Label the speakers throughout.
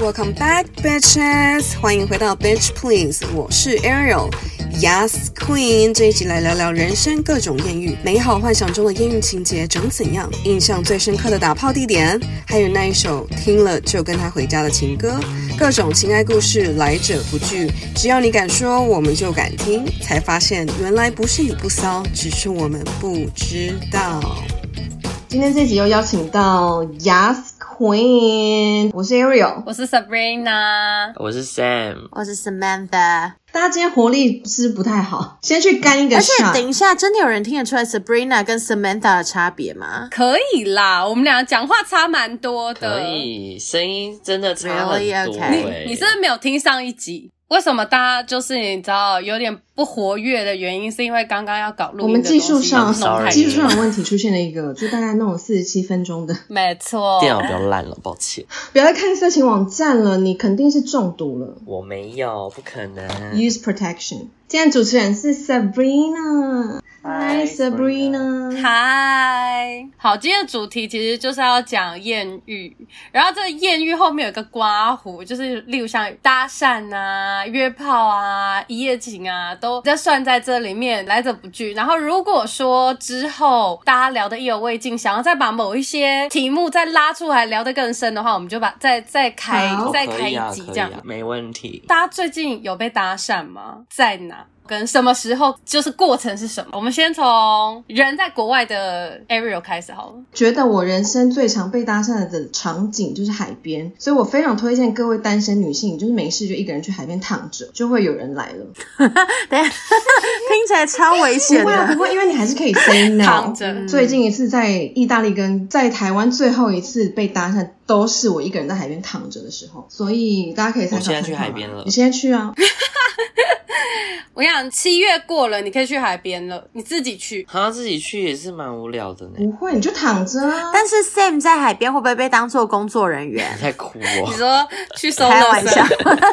Speaker 1: Welcome back, bitches！欢迎回到 Bitch Please，我是 Ariel。Yes Queen，这一集来聊聊人生各种艳遇，美好幻想中的艳遇情节长怎样？印象最深刻的打炮地点，还有那一首听了就跟他回家的情歌，各种情爱故事来者不拒，只要你敢说，我们就敢听。才发现原来不是你不骚，只是我们不知道。今天这集又邀请到 Yas Queen，我是 Ariel。
Speaker 2: 我是 Sabrina，
Speaker 3: 我是 Sam，
Speaker 4: 我是 Samantha，
Speaker 1: 大家今天活力是不太好，先去干一个
Speaker 4: 而且
Speaker 1: shot。
Speaker 4: 等一下，真的有人听得出来 Sabrina 跟 Samantha 的差别 吗
Speaker 2: 可以啦，我们俩讲话差蛮多的。
Speaker 3: 可以，声音真的差很
Speaker 4: Really?
Speaker 3: 多、
Speaker 4: Okay
Speaker 2: 你
Speaker 3: 欸。
Speaker 2: 你是不是没有听上一集？为什么大家就是你知道有点不活跃的原因，是因为刚刚要搞录
Speaker 1: 我
Speaker 2: 音
Speaker 1: 们
Speaker 2: 的
Speaker 1: 技术上
Speaker 3: 东西弄太
Speaker 1: 技
Speaker 3: 多
Speaker 1: 术上有问题出现了一个，就大概弄了四十七分钟的，
Speaker 2: 没错，
Speaker 3: 电脑比较烂了，抱歉，
Speaker 1: 不要再看色情网站了，你肯定是中毒了。
Speaker 3: 我没有，不可能。
Speaker 1: Use protection。今天主持人是 Sabrina，嗨 Sabrina，
Speaker 2: 嗨，好，今天的主题其实就是要讲艳遇，然后这个艳遇后面有一个刮胡，就是例如像搭讪啊、约炮啊、一夜情啊，都在算在这里面，来者不拒。然后如果说之后大家聊的意犹未尽，想要再把某一些题目再拉出来聊得更深的话，我们就把再再开
Speaker 1: 好
Speaker 2: 再
Speaker 3: 可
Speaker 2: 开
Speaker 3: 以
Speaker 2: 一
Speaker 3: 啊，
Speaker 2: 集
Speaker 3: 可
Speaker 2: 这
Speaker 3: 以
Speaker 2: 样。
Speaker 3: 啊，没问题。
Speaker 2: 大家最近有被搭讪吗？在哪？跟什么时候？就是过程是什么？我们先从人在国外的 Ariel 开始好了。
Speaker 1: 觉得我人生最常被搭讪的场景就是海边，所以我非常推荐各位单身女性，就是没事就一个人去海边躺着，就会有人来了。
Speaker 4: 等一下，听起来超危险
Speaker 1: 不会啊，不
Speaker 4: 的。
Speaker 1: 会，因为你还是可以 say no。
Speaker 2: 躺着
Speaker 1: 嗯最近一次在意大利跟在台湾最后一次被搭讪，都是我一个人在海边躺着的时候，所以大家可以参考
Speaker 3: 我现在
Speaker 1: 参考
Speaker 3: 去海边了
Speaker 1: 你现在去啊？
Speaker 2: 我想七月过了，你可以去海边了，你自己去。
Speaker 3: 好像自己去也是蛮无聊的呢，
Speaker 1: 不会，你就躺着 啊。
Speaker 4: 但是 Sam 在海边会不会被当做工作人员？
Speaker 3: 太苦
Speaker 2: 你
Speaker 3: 哦。
Speaker 2: 说去收
Speaker 4: 开
Speaker 2: 垃
Speaker 4: 玩笑
Speaker 2: 圾，，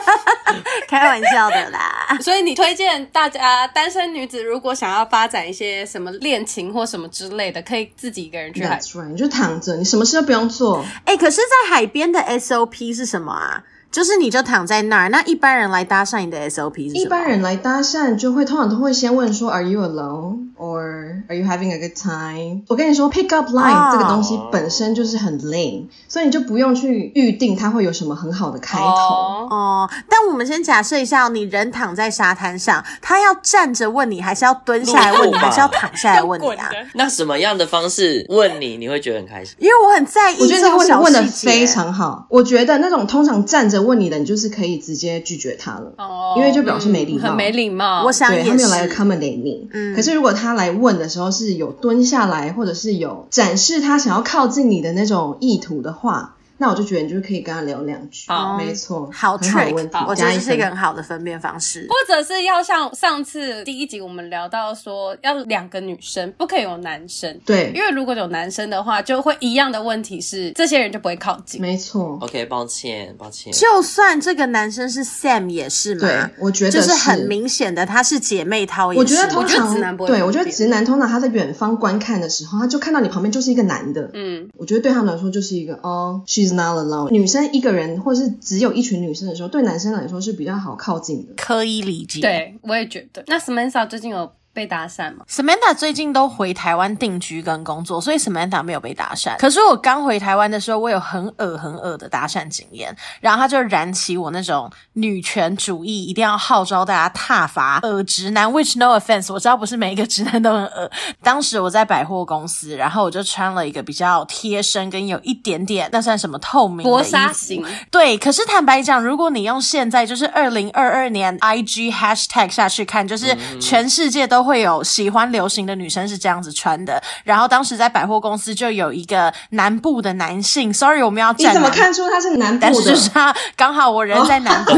Speaker 4: 开玩笑的啦。
Speaker 2: 所以你推荐大家单身女子如果想要发展一些什么恋情或什么之类的，可以自己一个人去海。
Speaker 1: That's right，你就躺着，你什么事都不用做。
Speaker 4: 哎、可是，在海边的 SOP 是什么啊？就是你就躺在那儿，那一般人来搭讪你的 SOP 是什么？
Speaker 1: 一般人来搭讪就会通常都会先问说 Are you alone or Are you having a good time？我跟你说，pick up line、
Speaker 3: 啊
Speaker 4: 哦
Speaker 1: 这个东西本身就是很 lame，所以你就不用去预定它会有什么很好的开头。
Speaker 2: 哦，
Speaker 4: 哦，但我们先假设一下哦、你人躺在沙滩上，他要站着问你，还是要蹲下来问
Speaker 3: 路
Speaker 4: 你，
Speaker 3: 过吧
Speaker 4: 还是要躺下 来问你
Speaker 2: 滚
Speaker 4: 啊？
Speaker 2: 的，
Speaker 3: 那什么样的方式问你，你会觉得很开心？
Speaker 4: 因为我很在意
Speaker 1: 我觉得
Speaker 4: 这
Speaker 1: 这个
Speaker 4: 种
Speaker 1: 问题
Speaker 4: 小
Speaker 1: 问的
Speaker 4: 细节
Speaker 1: 非常好。我觉得那种通常站着问你的，你就是可以直接拒绝他了，
Speaker 2: 哦
Speaker 1: 因为就表示没礼
Speaker 2: 很
Speaker 1: 貌。
Speaker 2: 没礼貌。
Speaker 4: 我想
Speaker 1: 对
Speaker 4: 也
Speaker 1: 他
Speaker 4: 是。
Speaker 1: 没有来 accommodate 你，
Speaker 4: 嗯
Speaker 1: 可是如果他来问的时候是有蹲下来，或者是有展示他想要靠近你的那种意图的话，那我就觉得你就可以跟他聊两句。
Speaker 2: 好
Speaker 1: 没错，
Speaker 4: 好
Speaker 1: 很好的
Speaker 4: trick，
Speaker 1: 问题，
Speaker 4: 我觉
Speaker 1: 加
Speaker 4: 得
Speaker 1: 一
Speaker 4: 这是一个
Speaker 1: 分
Speaker 4: 很。好的分辨方式。
Speaker 2: 或者是要像上次第一集我们聊到说，要两个女生，不可以有男生，因
Speaker 1: 对，
Speaker 2: 为如果有男生的话，就会一样的问题是，这些人就不会靠近。
Speaker 1: 没错，
Speaker 3: OK，抱歉，抱歉。
Speaker 4: 就算这个男生是 Sam 也是吗？
Speaker 1: 对，我觉得
Speaker 4: 就是很。明显的，他是姐妹掏也
Speaker 1: 我
Speaker 4: 是
Speaker 1: 觉
Speaker 4: 吗。
Speaker 1: 得通
Speaker 2: 我觉得
Speaker 1: 常
Speaker 2: 直男不会
Speaker 1: 对
Speaker 2: 分
Speaker 1: 我觉得
Speaker 2: 辨
Speaker 1: 直男通常他在远方观看的时候，他就看到你旁边就是一个男的，
Speaker 2: 嗯，
Speaker 1: 我觉得对他们来说就是一个哦，she's not alone。女生一个人或是只有一群女生的时候，对男生来说是比较好靠近的。
Speaker 4: 可以理解。
Speaker 2: 对，我也觉得。那 Samantha 最近有被搭讪吗？
Speaker 4: Samantha 最近都回台湾定居跟工作，所以 Samantha 没有被搭讪。可是我刚回台湾的时候，我有很恶很恶的搭讪经验，然后他就燃起我那种女权主义，一定要号召大家挞伐恶直男。Which no offense，我知道不是每一个直男都很恶。当时我在百货公司，然后我就穿了一个比较贴身跟有一点点那算什么透明的
Speaker 2: 薄
Speaker 4: 衣
Speaker 2: 纱
Speaker 4: 服
Speaker 2: 型，
Speaker 3: 嗯
Speaker 4: 对，可是坦白讲，如果你用现在就是二零二二年 IG hashtag 下去看，就是全世界都会有喜欢流行的女生是这样子穿的。然后当时在百货公司就有一个南部的男性，sorry，我们要
Speaker 1: 你
Speaker 4: 站
Speaker 1: 怎么
Speaker 4: 南
Speaker 1: 看出他是南部
Speaker 4: 但是
Speaker 1: 的？哦
Speaker 4: 就是他刚好我人在南部，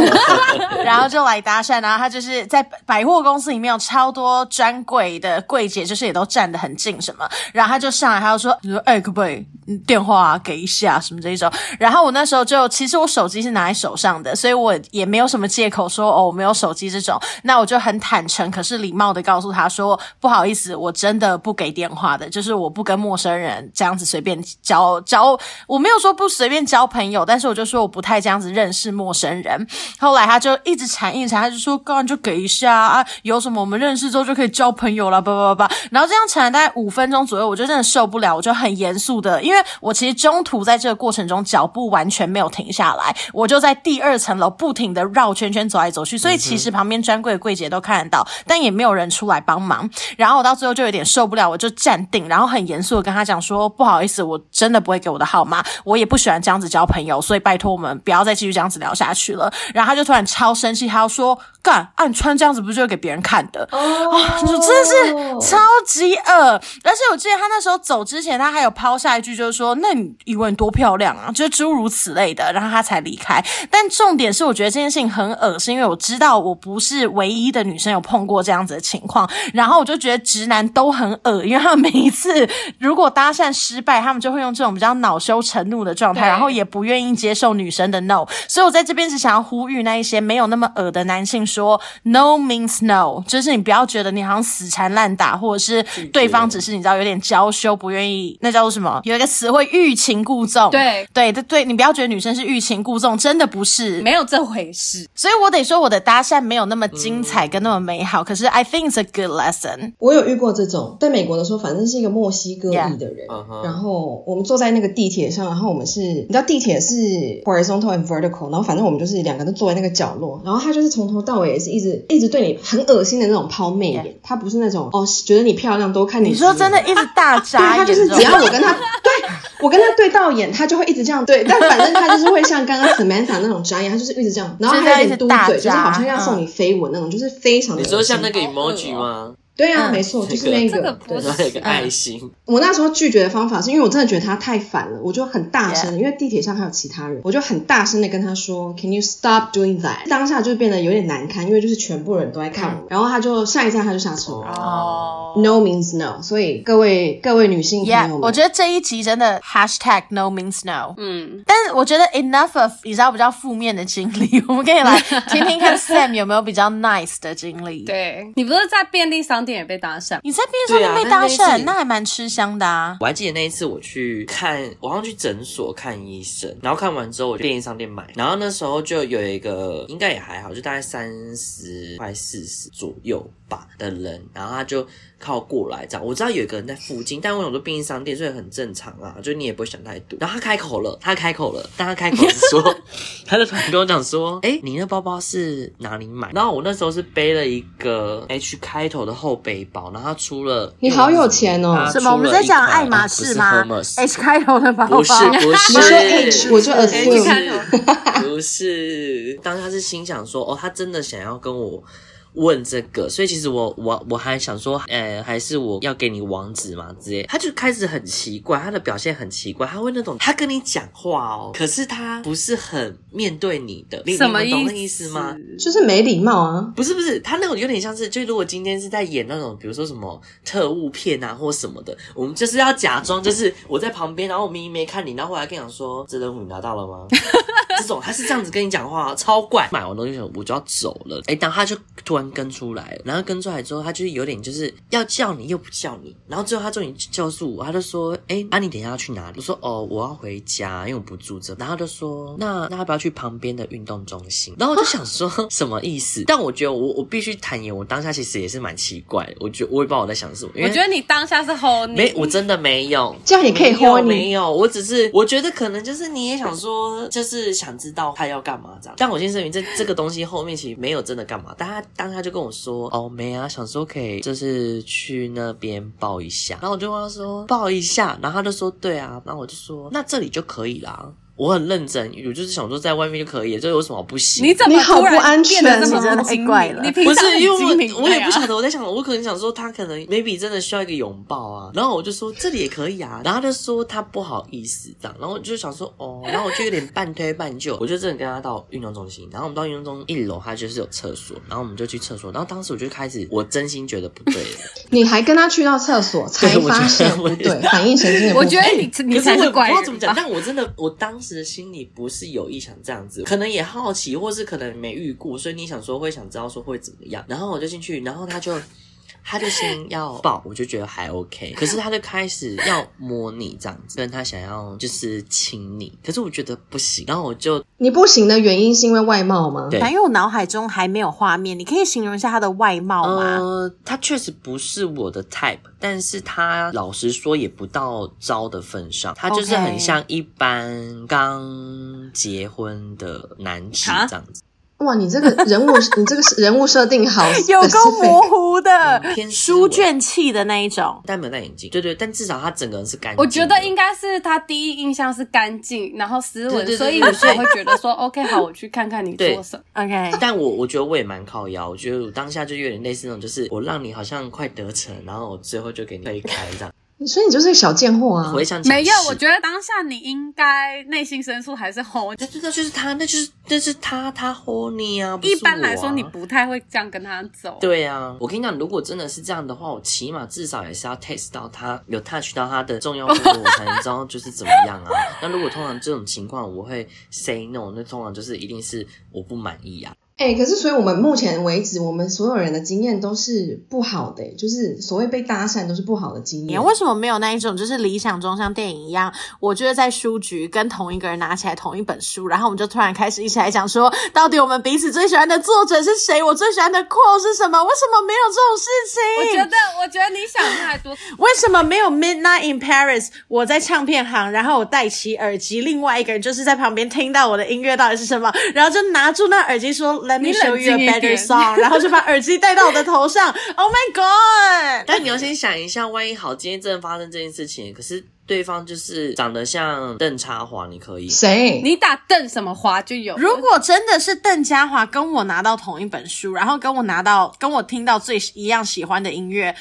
Speaker 4: 然后就来搭讪，然后他就是在百货公司里面有超多专柜的柜姐，就是也都站得很近什么，然后他就上来，他就说，你说哎、可不可以嗯电话、给一下什么这一种，然后我那时候就其实我手机是拿在手上的，所以我也没有什么借口说哦我没有手机这种，那我就很坦诚，可是礼貌的告诉诉他说，不好意思，我真的不给电话的，就是我不跟陌生人这样子随便交交，我没有说不随便交朋友，但是我就说我不太这样子认识陌生人。后来他就一直缠一直缠，他就说，哥你就给一下啊，有什么我们认识之后就可以交朋友了，叭叭叭叭。然后这样缠了大概五分钟左右，我就真的受不了，我就很严肃的，因为我其实中途在这个过程中脚步完全没有停下来，我就在第二层楼不停的绕圈圈走来走去，所以其实旁边专柜的柜姐都看得到，但也没有人出来帮忙。然后我到最后就有点受不了，我就站定，然后很严肃的跟他讲说：“不好意思，我真的不会给我的号码，我也不喜欢这样子交朋友，所以拜托我们不要再继续这样子聊下去了。”然后他就突然超生气，他就说：“干，啊你穿这样子不就会给别人看的？”
Speaker 1: 哦
Speaker 4: 啊，你说真的是超级恶，而且我记得他那时候走之前，他还有抛下一句，就是说：“那你以为你多漂亮啊？”就是诸如此类的，然后他才离开。但重点是，我觉得这件事情很恶心，因为我知道我不是唯一的女生有碰过这样子的情况，然后我就觉得直男都很恶，因为他们每一次如果搭讪失败，他们就会用这种比较恼羞成怒的状态，
Speaker 2: 对
Speaker 4: 然后也不愿意接受女生的 no。所以我在这边是想要呼吁那一些没有那么恶的男性说，no means no，就是你不要觉得你好像死缠烂打，或者是对方只是你知道有点娇羞，不愿意，那叫做什么？有一个词汇欲擒故纵。
Speaker 2: 对
Speaker 4: 对对对，你不要觉得女生是欲擒故纵，真的不
Speaker 3: 嗯
Speaker 4: 是。
Speaker 2: 没有这回事。
Speaker 4: 所以我得说，我的搭讪没有那么精彩跟那么美
Speaker 2: 嗯
Speaker 4: 好，可是 I think it's a good lesson。
Speaker 1: 我有遇过这种，在美国的时候，反正是一个墨西哥裔的人
Speaker 3: Yeah. 嗯哼
Speaker 1: 然后我们坐在那个地铁上，然后我们是，你知道地铁是 horizontal and vertical，然后反正我们就是两个都坐在那个角落，然后他就是从头到尾也是一直一直对你很恶心的那种抛媚眼
Speaker 4: Yeah.
Speaker 1: 他不是那种哦觉得你漂亮多看你
Speaker 4: 你
Speaker 1: 几
Speaker 4: 说
Speaker 1: 眼
Speaker 4: 真的，一直大
Speaker 1: 对
Speaker 4: 眨
Speaker 1: 他
Speaker 4: 眼
Speaker 1: 就
Speaker 4: 这
Speaker 1: 是
Speaker 4: 种，
Speaker 1: 只要我跟他 对。我跟他对到眼，他就会一直这样对，但反正他就是会像刚刚 Samantha 那种眨眼，他就是一直这样，然后
Speaker 4: 就是
Speaker 1: 他
Speaker 4: 要
Speaker 1: 有
Speaker 4: 一直
Speaker 1: 点嘟
Speaker 4: 大嗯
Speaker 1: 嘴，就是
Speaker 4: 眨
Speaker 1: 好像要送你飞吻那种，就是非常的。
Speaker 3: 你说像那个
Speaker 2: 哦
Speaker 3: emoji 吗？
Speaker 1: 对啊，
Speaker 4: 嗯
Speaker 1: 没错，就是
Speaker 3: 这个
Speaker 1: 那
Speaker 2: 这个
Speaker 1: 个。
Speaker 2: 不
Speaker 1: 对
Speaker 3: 然后有个爱心，
Speaker 1: 我那时候拒绝的方法是因为我真的觉得他太烦了，我就很大声因为地铁上还有其他人，我就很大声的跟他说，Can you stop doing that？当下就变得有点难堪，因为就是全部人都在看我们，然后他就下一站他就下车了。
Speaker 4: 嗯哦。
Speaker 1: No means no，所以各位各位女性朋
Speaker 4: Yeah，
Speaker 1: 友们，
Speaker 4: 我觉得这一集真的 hashtag no means no。
Speaker 2: 嗯，
Speaker 4: 但是我觉得 enough of 你知道比较负面的经历， 我们可 以来听听看 Sam 有没有比较 nice 的经历。，
Speaker 2: 对你不是在便利商店也被搭讪吗？
Speaker 4: 你在便利商店被
Speaker 3: 对啊
Speaker 4: 搭
Speaker 3: 但那一
Speaker 4: 讪，
Speaker 3: 次
Speaker 4: 那还蛮吃香的啊。
Speaker 3: 我还记得那一次我去看，我好像去诊所看医生，然后看完之后我就便利商店买，然后那时候就有一个应该也还好，就大概三十快四十左右吧的人，然后他就靠过来这样，我知道有一个人在附近，但我想说便利商店所以很正常啊，就你也不会想太多。然后他开口了，他开口了，但他开口是说，他就突然跟我讲说，哎、你那包包是哪里买？然后我那时候是背了一个 H 开头的厚背包，然后他出了，
Speaker 1: 你好有钱哦
Speaker 3: 他
Speaker 4: 什么？我们
Speaker 3: 出了
Speaker 4: 在
Speaker 3: 一
Speaker 4: 讲
Speaker 3: 款哦
Speaker 4: 爱马仕吗
Speaker 3: 不是 Hermes
Speaker 4: ？H 开头的包包，
Speaker 3: 不是不是，
Speaker 1: 你说 H，我就 assume
Speaker 3: 不是不是，当他是心想说，哦，他真的想要跟我。问这个，所以其实我我我还想说，呃，还是我要给你网址嘛之类。他就开始很奇怪，他的表现很奇怪，他会那种他跟你讲话哦，可是他不是很面对你的，你
Speaker 2: 什么
Speaker 3: 你们懂那
Speaker 2: 思
Speaker 3: 意思吗？？
Speaker 1: 就是没礼貌啊。
Speaker 3: 不是不是，他那种有点像是，就如果今天是在演那种，比如说什么特务片啊或什么的，我们就是要假装就是我在旁边，然后我明明没看你，然后我还跟你讲说这任务你拿到了吗？这种他是这样子跟你讲话，超怪。买完东西我就要走了，哎，然后他就突然跟出来了，然后跟出来之后，他就是有点就是要叫你又不叫你，然后最后他终于叫住我，他就说，哎，啊你等一下要去哪里？我说哦我要回家，因为我不住这，然后他就说那那要不要去旁边的运动中心？然后我就想说什么意思？但我觉得我我必须坦言，我当下其实也是蛮奇怪的，我觉我也不知道我在想什么，因为
Speaker 2: 我觉得你当下是 hold 你，
Speaker 3: 没，我真的没有。
Speaker 1: 这样也可以
Speaker 3: 没有
Speaker 1: horny
Speaker 3: 没有，我只是我觉得可能就是你也想说，就是想知道他要干嘛这样。但我先声明，这这个东西后面其实没有真的干嘛，但他当他就跟我说，哦没啊，想说可以就是去那边抱一下，然后我就跟他说抱一下，然后他就说对啊，然后我就说那这里就可以啦。我很认真，我就是想说在外面就可以了，这有什么不行？
Speaker 2: 你怎么
Speaker 1: 你好
Speaker 2: 突然
Speaker 1: 不安
Speaker 2: 变得
Speaker 1: 全
Speaker 2: 这么
Speaker 4: 你真的
Speaker 2: 不
Speaker 4: 太
Speaker 2: 精
Speaker 4: 怪
Speaker 2: 明
Speaker 4: 了
Speaker 2: 你平
Speaker 3: 不
Speaker 2: 常很
Speaker 3: 是因
Speaker 2: 精
Speaker 3: 为
Speaker 2: 明哎啊
Speaker 3: 我我也不晓
Speaker 2: 得。
Speaker 3: 得，我在想，我可能想说他可能 maybe 真的需要一个拥抱啊，然后我就说这里也可以啊，然后他就说他不好意思这样，然后我就想说哦，然后我就有点半推半就，我就真的跟他到运动中心，然后我们到运动中心一楼，他就是有厕所，然后我们就去厕所，然后当时我就开始，我真心觉得不对了，
Speaker 1: 你还跟他去到厕所，才
Speaker 3: 对我觉得
Speaker 1: 发现不
Speaker 3: 我也
Speaker 1: 对，反应神经的部分。
Speaker 2: 我觉得你你
Speaker 3: 哎可
Speaker 2: 才
Speaker 3: 是我也不
Speaker 2: 怪
Speaker 3: 知道怎么
Speaker 2: 人
Speaker 3: 讲，
Speaker 2: 吧？
Speaker 3: 但我真的，我当时心里不是有意想这样子，可能也好奇，或是可能没遇过，所以你想说会想知道说会怎么样，然后我就进去，然后他就。他就先 要抱，我就觉得还 OK，可是他就开始要摸你这样子，跟他想要就是亲你，可是我觉得不行，然后我就
Speaker 1: 你不行的原因是因为外貌吗？
Speaker 3: 对
Speaker 4: 反正因为我脑海中还没有画面，你可以形容一下他的外貌吗？
Speaker 3: 呃，他确实不是我的 type，但是他老实说也不到招的份上，他就是
Speaker 4: OK
Speaker 3: 很像一般刚结婚的男子
Speaker 2: 啊
Speaker 3: 这样子，
Speaker 1: 哇，你这个人物，你这个 人物设定好
Speaker 4: 有够
Speaker 1: specific
Speaker 4: 模糊的
Speaker 2: 呃
Speaker 3: 嗯，偏斯文
Speaker 4: 书卷气的那一种。
Speaker 3: 但没有戴眼镜，对对，但至少他整个人是干净的。
Speaker 2: 我觉得应该是他第一印象是干净，然后斯
Speaker 3: 对
Speaker 2: 文，
Speaker 3: 对对
Speaker 2: 所以
Speaker 3: 对
Speaker 2: 我才会觉得 说 OK，好，我去看看你
Speaker 3: 对
Speaker 2: 做什么。
Speaker 4: OK，
Speaker 3: 但我我觉得我也蛮靠腰，我觉得我当下就有点类似那种，就是我让你好像快得逞，然后我最后就给你推开这样。
Speaker 1: 所以你就是个小贱货啊！
Speaker 3: 回想起
Speaker 2: 嗯
Speaker 3: 来
Speaker 2: 没有，
Speaker 3: 是
Speaker 2: 我觉得当下你应该内心深处还是红。
Speaker 3: 对对对，就是他，那就是那是他，他豁你啊！不是
Speaker 2: 一般来
Speaker 3: 我啊
Speaker 2: 说，你不太会这样跟他走。
Speaker 3: 对啊，我跟你讲，如果真的是这样的话，我起码至少也是要 test 到他有 touch 到他的重要部位，我才能知道就是怎么样 啊。那如果通常这种情况，我会 say no，那通常就是一定是我不满意啊。
Speaker 1: 哎、可是所以我们目前为止，我们所有人的经验都是不好的、欸就是所谓被搭讪都是不好的经
Speaker 4: 你
Speaker 1: 验。
Speaker 4: 为什么没有那一种，就是理想中像电影一样？我觉得在书局跟同一个人拿起来同一本书，然后我们就突然开始一起来讲说，到底我们彼此最喜欢的作者是谁？我最喜欢的 quote 是什么？为什么没有这种
Speaker 2: 我
Speaker 4: 事情？
Speaker 2: 觉得，我觉得你想太多。
Speaker 4: 为什么没有 Midnight in Paris？我在唱片行，然后我戴起耳机，另外一个人就是在旁边听到我的音乐到底是什么，然后就拿住那耳机说 Let me
Speaker 2: 你
Speaker 4: show
Speaker 2: 冷
Speaker 4: you
Speaker 2: 静
Speaker 4: a
Speaker 2: 一
Speaker 4: better
Speaker 2: 点
Speaker 4: song，然后就把耳机戴到我的头上。Oh my god！
Speaker 3: 但你要先想一下，万一好，今天真的发生这件事情，可是对方就是长得像邓茶华，你可以
Speaker 1: 谁？
Speaker 2: 你打邓什么华就有了。
Speaker 4: 如果真的是邓家华跟我拿到同一本书，然后跟我拿到跟我听到最一样喜欢的音乐。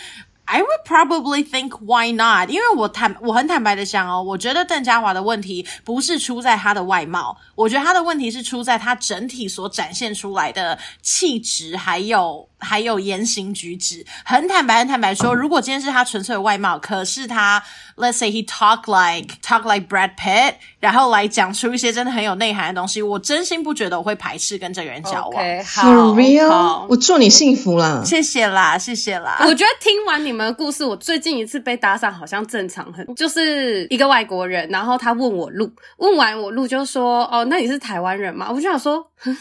Speaker 4: I would probably think why not？因为我坦我很坦白的讲哦，我觉得邓家华的问题不是出在他的外貌，我觉得他的问题是出在他整体所展现出来的气质，还有还有言行举止。很坦白，很坦白说，如果今天是他纯粹的外貌，可是他 let's say he talk like talk like Brad Pitt，然后来讲出一些真的很有内涵的东西，我真心不觉得我会排斥跟这个人交往。
Speaker 2: OK，好
Speaker 1: For real？
Speaker 2: 好
Speaker 1: 我祝你幸福啦！
Speaker 4: 谢谢啦，谢谢啦。
Speaker 2: 我觉得听完你们的故事，我最近一次被搭讪好像正常很，就是一个外国人，然后他问我路，问完我路就说：“哦，那你是台湾人吗？”我就想说。哼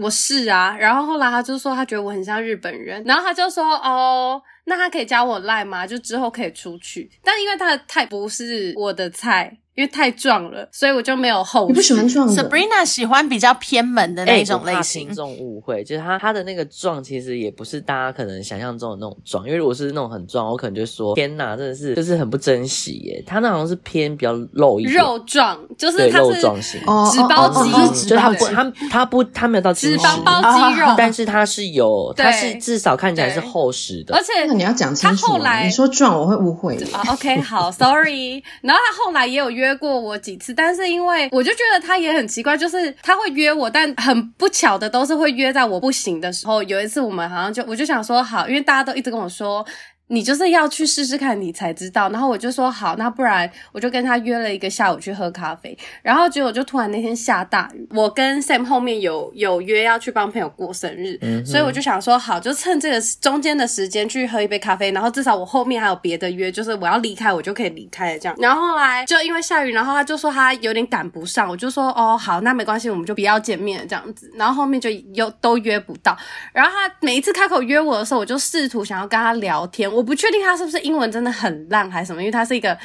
Speaker 2: 我是啊，然后后来他就说他觉得我很像日本人，然后他就说哦，那他可以加我赖吗？就之后可以出去，但因为他的太不是我的菜，因为太壮了，所以我就没有后续。
Speaker 1: 你不喜欢撞的
Speaker 4: Sabrina 喜欢比较偏门的
Speaker 3: 哎，
Speaker 4: 那种
Speaker 3: 我怕
Speaker 4: 类
Speaker 3: 听
Speaker 4: 型，
Speaker 3: 众误会，就是他他的那个壮，其实也不是大家可能想象中的那种壮。因为如果是那种很壮，我可能就说天哪，真的是就是很不珍惜耶。他那好像是偏比较肉一点，
Speaker 2: 肉壮，就是
Speaker 3: 对
Speaker 2: 他
Speaker 3: 肉
Speaker 2: 是
Speaker 3: 壮型。
Speaker 1: 哦
Speaker 2: 纸包
Speaker 1: 哦哦
Speaker 2: 肌
Speaker 1: 哦哦
Speaker 3: 嗯就他不，
Speaker 2: 对
Speaker 3: 他他不，他没有到
Speaker 2: 脂
Speaker 3: 精
Speaker 2: 肪
Speaker 3: 实
Speaker 2: 包肌肉，
Speaker 3: 但是他是有，
Speaker 2: 对
Speaker 3: 他是至少看起来是
Speaker 2: 对
Speaker 3: 厚实的
Speaker 2: 而。且
Speaker 1: 那你要讲清
Speaker 2: 他
Speaker 1: 楚
Speaker 2: 后
Speaker 1: 啊！
Speaker 2: 来
Speaker 1: 你说撞我会误会的。
Speaker 2: 啊，OK，好，Sorry。然后他后来也有约过我几次，但是因为我就觉得他也很奇怪，就是他会约我，但很不巧的都是会约在我不行的时候。有一次我们好像就我就想说好，因为大家都一直跟我说。你就是要去试试看，你才知道。然后我就说好，那不然我就跟他约了一个下午去喝咖啡。然后结果就突然那天下大雨，我跟 Sam 后面有有约要去帮朋友过生日，
Speaker 3: 嗯哼
Speaker 2: 所以我就想说好，就趁这个中间的时间去喝一杯咖啡，然后至少我后面还有别的约，就是我要离开我就可以离开了这样。然后后来就因为下雨，然后他就说他有点赶不上，我就说哦好，那没关系，我们就不要见面了这样子。然后后面就又都约不到，然后他每一次开口约我的时候，我就试图想要跟他聊天，我不确定他是不是英文真的很烂还是什么，因为他是一个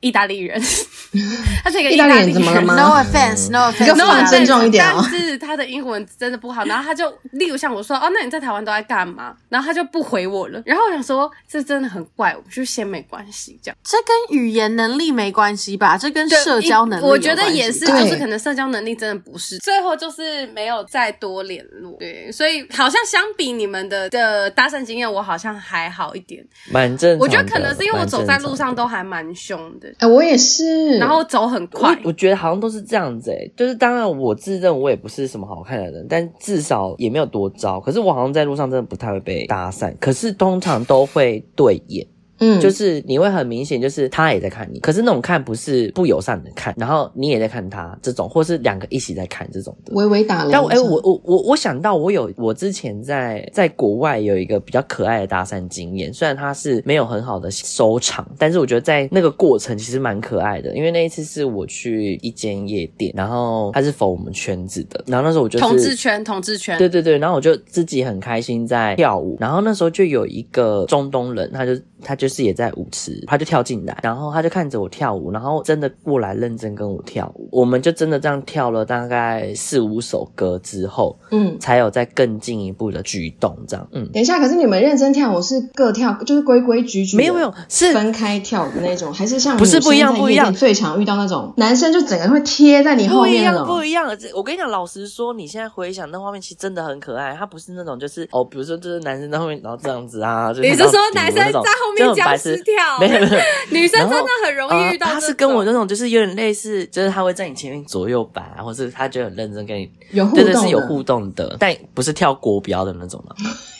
Speaker 2: 意大利人，他是一个
Speaker 1: 意
Speaker 2: 意
Speaker 1: 大
Speaker 2: 大
Speaker 1: 利
Speaker 2: 利
Speaker 1: 人怎么了吗
Speaker 4: No offense, no
Speaker 1: 你
Speaker 4: offense，
Speaker 1: 跟
Speaker 2: No
Speaker 1: 放
Speaker 2: offense，
Speaker 1: 尊重一点哦
Speaker 2: 但是他的英文真的不好，然后他就，例如像我说，哦，那你在台湾都在干嘛？然后他就不回我了。然后我想说，这真的很怪，我就先没关系这样。
Speaker 4: 这跟语言能力没关系吧？这跟
Speaker 2: 对
Speaker 4: 社交能力有
Speaker 2: 我
Speaker 4: 关系，
Speaker 2: 觉得也是，
Speaker 1: 对
Speaker 2: 就是可能社交能力真的不是。最后就是没有再多联络，对，所以好像相比你们的的搭讪经验，我好像还好一点。
Speaker 3: 蛮正常的，
Speaker 2: 我觉得可能是因为我
Speaker 3: 蛮
Speaker 2: 走
Speaker 3: 正
Speaker 2: 在
Speaker 3: 常的
Speaker 2: 路上都还蛮凶的，
Speaker 1: 哎、我也是。
Speaker 2: 然后走很快
Speaker 3: 我。我觉得好像都是这样子诶、欸就是当然我自认我也不是什么好看的人，但至少也没有多糟。可是我好像在路上真的不太会被搭讪，可是通常都会对眼。
Speaker 1: 嗯，
Speaker 3: 就是你会很明显，就是他也在看你，可是那种看不是不友善的看，然后你也在看他这种，或是两个一起在看这种的。
Speaker 1: 微微打量一下。
Speaker 3: 但我哎、我我我我想到，我有我之前在在国外有一个比较可爱的搭讪经验，虽然它是没有很好的收场，但是我觉得在那个过程其实蛮可爱的，因为那一次是我去一间夜店，然后它是否我们圈子的，然后那时候我就是
Speaker 2: 统治圈，统治圈，
Speaker 3: 对对对，然后我就自己很开心在跳舞，然后那时候就有一个中东人，他就他就是也在舞池，他就跳进来，然后他就看着我跳舞，然后真的过来认真跟我跳舞，我们就真的这样跳了大概四五首歌之后，
Speaker 1: 嗯，
Speaker 3: 才有再更进一步的举动，这样，嗯。
Speaker 1: 等一下，可是你们认真跳舞是各跳，就是规规矩矩，
Speaker 3: 没有没有，是
Speaker 1: 分开跳的那种，还是像
Speaker 3: 不是
Speaker 1: 女生
Speaker 3: 不一样
Speaker 1: 在
Speaker 3: 不一
Speaker 1: 夜店
Speaker 3: 样
Speaker 1: 最常遇到那种男生就整个会贴在你后
Speaker 3: 不一
Speaker 1: 面那
Speaker 3: 样，不
Speaker 1: 种。
Speaker 3: 一样。这我跟你讲，老实说，你现在回想那画面，其实真的很可爱。它不是那种就是哦，比如说就是男生在后面，然后这样子啊。就是
Speaker 2: 你是
Speaker 3: 然后
Speaker 2: 说
Speaker 3: 比
Speaker 2: 男
Speaker 3: 如
Speaker 2: 生
Speaker 3: 那种
Speaker 2: 在后
Speaker 3: 就
Speaker 2: 面
Speaker 3: 很
Speaker 2: 僵
Speaker 3: 白痴
Speaker 2: 尸跳？
Speaker 3: 没有没有，
Speaker 2: 女生
Speaker 3: 然
Speaker 2: 真
Speaker 3: 后
Speaker 2: 的很容易遇到
Speaker 3: 呃
Speaker 2: 这种。
Speaker 3: 他是跟我那种就是有点类似，就是他会在你前面左右摆啊，或是他就很认真跟你，
Speaker 1: 有互
Speaker 3: 对
Speaker 1: 动的，
Speaker 3: 对是有互动的，但不是跳国标的那种了。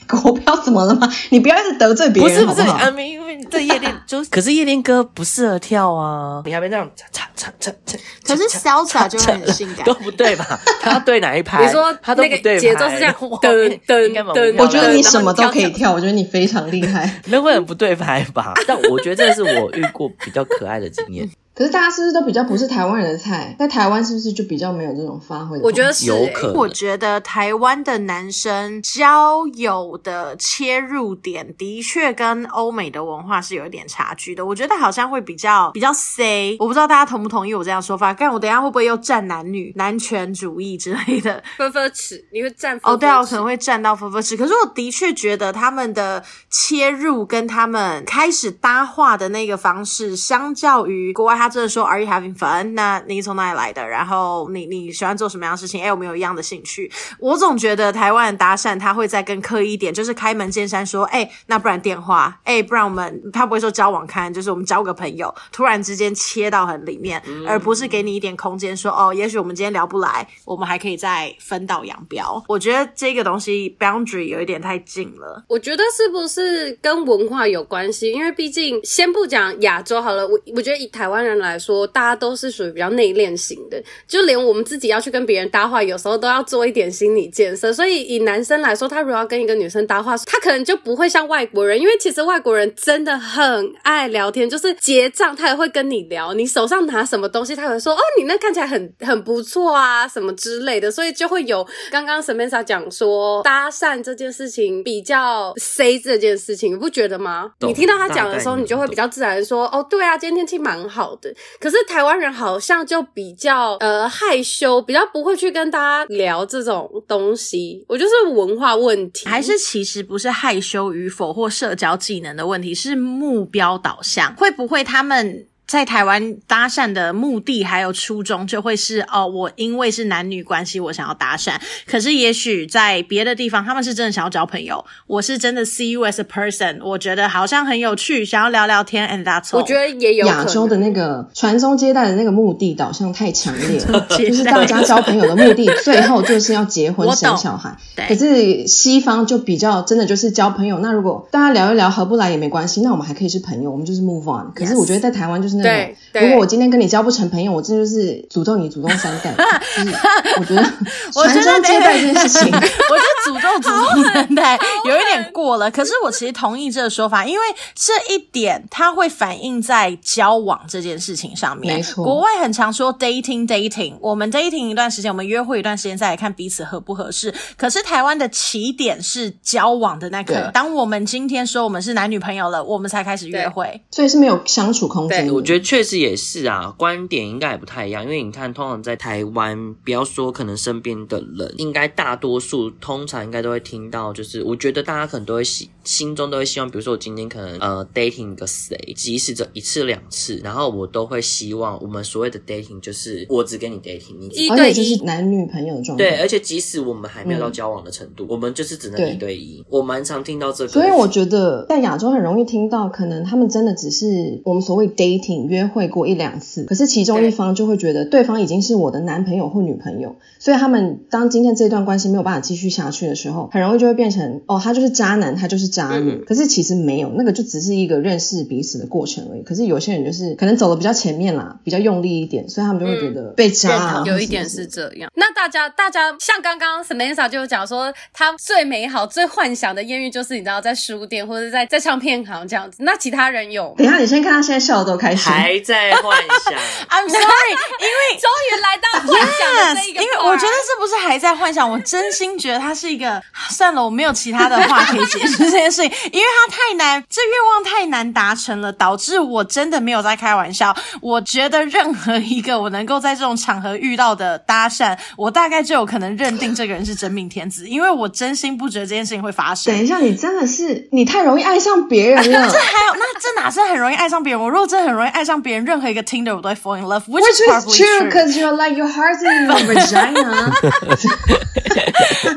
Speaker 1: 狗不要怎么了吗？ 你不要一直得罪别
Speaker 3: 不
Speaker 1: 人，
Speaker 3: 是不是，
Speaker 1: 好好
Speaker 3: 啊，没因为这夜 店就是，可是夜店歌不适合跳啊，你还没这样擦擦擦擦擦，
Speaker 4: 可是
Speaker 3: 擦
Speaker 4: salsa 就会很性感
Speaker 3: 都。不 对吧？他对哪一拍？
Speaker 2: 你说
Speaker 3: 他都不
Speaker 2: 那个
Speaker 3: 对拍
Speaker 2: 节奏是 这样
Speaker 3: 哇
Speaker 2: 噔噔
Speaker 3: 应该蛮无
Speaker 2: 噔
Speaker 3: 聊的
Speaker 1: 我觉得你什么都可
Speaker 2: 然后你跳
Speaker 1: 以跳，我觉得你非常厉害。
Speaker 3: 那会很不对拍吧？ 但我觉得这是我遇过比较可爱的经验，
Speaker 1: 可是大家是不是都比较不是台湾人的菜？在台湾是不是就比较没有这种发挥的空间？
Speaker 2: 我觉得是、
Speaker 3: 有
Speaker 2: 欸
Speaker 3: 可能
Speaker 4: 我觉得台湾的男生交友的切入点的确跟欧美的文化是有一点差距的。我觉得好像会比较比较 C，我不知道大家同不同意我这样说法。但我等一下会不会又站男女男权主义之类的？
Speaker 2: 分分尺，你会站分
Speaker 4: 哦，对啊，我
Speaker 2: 分
Speaker 4: 可
Speaker 2: 尺
Speaker 4: 能会站到分分吃。可是我的确觉得他们的切入跟他们开始搭话的那个方式，相较于国外，他真的说 “Are you having fun？” 那你从哪里来的？然后你你喜欢做什么样的事情？哎，我们有一样的兴趣。我总觉得台湾的搭讪他会再更刻意一点，就是开门见山说：“哎，那不然电话？哎，不然我们他不会说交往看，就是我们交个朋友。”突然之间切到很里面，而不是给你一点空间说：“哦，也许我们今天聊不来，我们还可以再分道扬镳。”我觉得这个东西 boundary 有一点太近了。
Speaker 2: 我觉得是不是跟文化有关系？因为毕竟先不讲亚洲好了，我我觉得以台湾人来说，大家都是属于比较内敛型的，就连我们自己要去跟别人搭话，有时候都要做一点心理建设。所以以男生来说，他如果要跟一个女生搭话，他可能就不会像外国人，因为其实外国人真的很爱聊天，就是结账他也会跟你聊，你手上拿什么东西，他也会说哦，你那看起来很很不错啊，什么之类的，所以就会有刚刚 Samantha 讲说搭讪这件事情比较 C 这件事情，你不觉得吗？
Speaker 3: 懂
Speaker 2: 你听到他讲的时候，
Speaker 3: 大概
Speaker 2: 你就会比较自然说哦，对啊，今天天气蛮好的。可是台湾人好像就比较呃害羞，比较不会去跟大家聊这种东西，我就是文化问题，
Speaker 4: 还是其实不是害羞与否或社交技能的问题，是目标导向。会不会他们在台湾搭讪的目的还有初衷，就会是哦，我因为是男女关系，我想要搭讪。可是也许在别的地方，他们是真的想要交朋友，我是真的 see you as a person，我觉得好像很有趣，想要聊聊天，and that's all。
Speaker 2: 我觉得也有可
Speaker 1: 亚
Speaker 2: 能
Speaker 1: 洲的那个传宗接代的那个目的导向太强烈了，
Speaker 4: 接代
Speaker 1: 就是大家交朋友的目的，最后就是要结婚
Speaker 4: 我懂
Speaker 1: 生小孩。
Speaker 4: 对
Speaker 1: 可是西方就比较真的就是交朋友，那如果大家聊一聊合不来也没关系，那我们还可以是朋友，我们就是 move on。可是我觉得在台湾就是那种
Speaker 2: 对，对
Speaker 1: 如果我今天跟你交不成朋友，我这就是诅咒你祖宗三代。就是我觉得
Speaker 4: 我觉
Speaker 1: 传
Speaker 4: 得
Speaker 1: 宗接代这件事情
Speaker 4: 我觉得诅咒诅咒三代有一点过了。可是我其实同意这个说法，因为这一点它会反映在交往这件事情上面。
Speaker 1: 没错
Speaker 4: 国外很常说 dating dating，我们 dating 一段时间，我们约会一段时间再来看彼此合不合适。可是台湾的起点是交往的那刻
Speaker 1: 对，
Speaker 4: 当我们今天说我们是男女朋友了，我们才开始约
Speaker 2: 对
Speaker 4: 会。
Speaker 1: 所以是没有相处空间
Speaker 2: 对
Speaker 1: 的。
Speaker 3: 我觉得确实也是啊，观点应该也不太一样，因为你看，通常在台湾，不要说可能身边的人，应该大多数通常应该都会听到，就是我觉得大家可能都会希心中都会希望，比如说我今天可能呃 dating 个谁，即使这一次两次，然后我都会希望我们所谓的 dating 就是我只跟你 dating，你
Speaker 2: 一
Speaker 1: 而且
Speaker 2: 对
Speaker 1: 哦就是
Speaker 2: 一。
Speaker 1: 男女朋友的状态。
Speaker 3: 对，而且即使我们还没有到
Speaker 1: 嗯
Speaker 3: 交往的程度，我们就是只能
Speaker 1: 对
Speaker 3: 一对一。我蛮常听到这个，
Speaker 1: 所以我觉得在亚洲很容易听到，可能他们真的只是我们所谓 dating 仅约会过一两次，可是其中一方就会觉得对方已经是我的男朋友或女朋友，所以他们当今天这段关系没有办法继续下去的时候，很容易就会变成哦，他就是渣男，他就是渣女。
Speaker 2: 嗯
Speaker 1: 可是其实没有，那个就只是一个认识彼此的过程而已。可是有些人就是可能走的比较前面啦，比较用力一点，所以他们就会觉得被渣、啊
Speaker 2: 嗯有一点是这样。那大家，大家像刚刚 Samantha 就有讲说，她最美好、最幻想的艳遇就是你知道在书店或者在在唱片行这样子。那其他人有
Speaker 1: 等一下，你先看他现在笑的多开心。
Speaker 3: 还在幻 想，
Speaker 1: 啊
Speaker 4: I'm sorry，因为
Speaker 2: 终于来到幻想的
Speaker 4: yes，
Speaker 2: 这一
Speaker 4: 因
Speaker 2: 个 part，
Speaker 4: 为我觉得这不是还在幻想，我真心觉得他是一个算了，我没有其他的话可以解释这件事情，因为他太难，这愿望太难达成了，导致我真的没有在开玩笑。我觉得任何一个我能够在这种场合遇到的搭讪，我大概就有可能认定这个人是真命天子，因为我真心不觉得这件事情会发生
Speaker 1: 等。一下，你真的是你太容易爱上别人 了
Speaker 4: 这。还有，那这哪是很容易爱上别人？我如果真的很容易爱上别人，任何一个 Tinder 我都会 fall in love，which
Speaker 1: Which
Speaker 4: is
Speaker 1: is
Speaker 4: probably
Speaker 1: true,
Speaker 4: true.
Speaker 1: cause you're like your heart's in your vagina.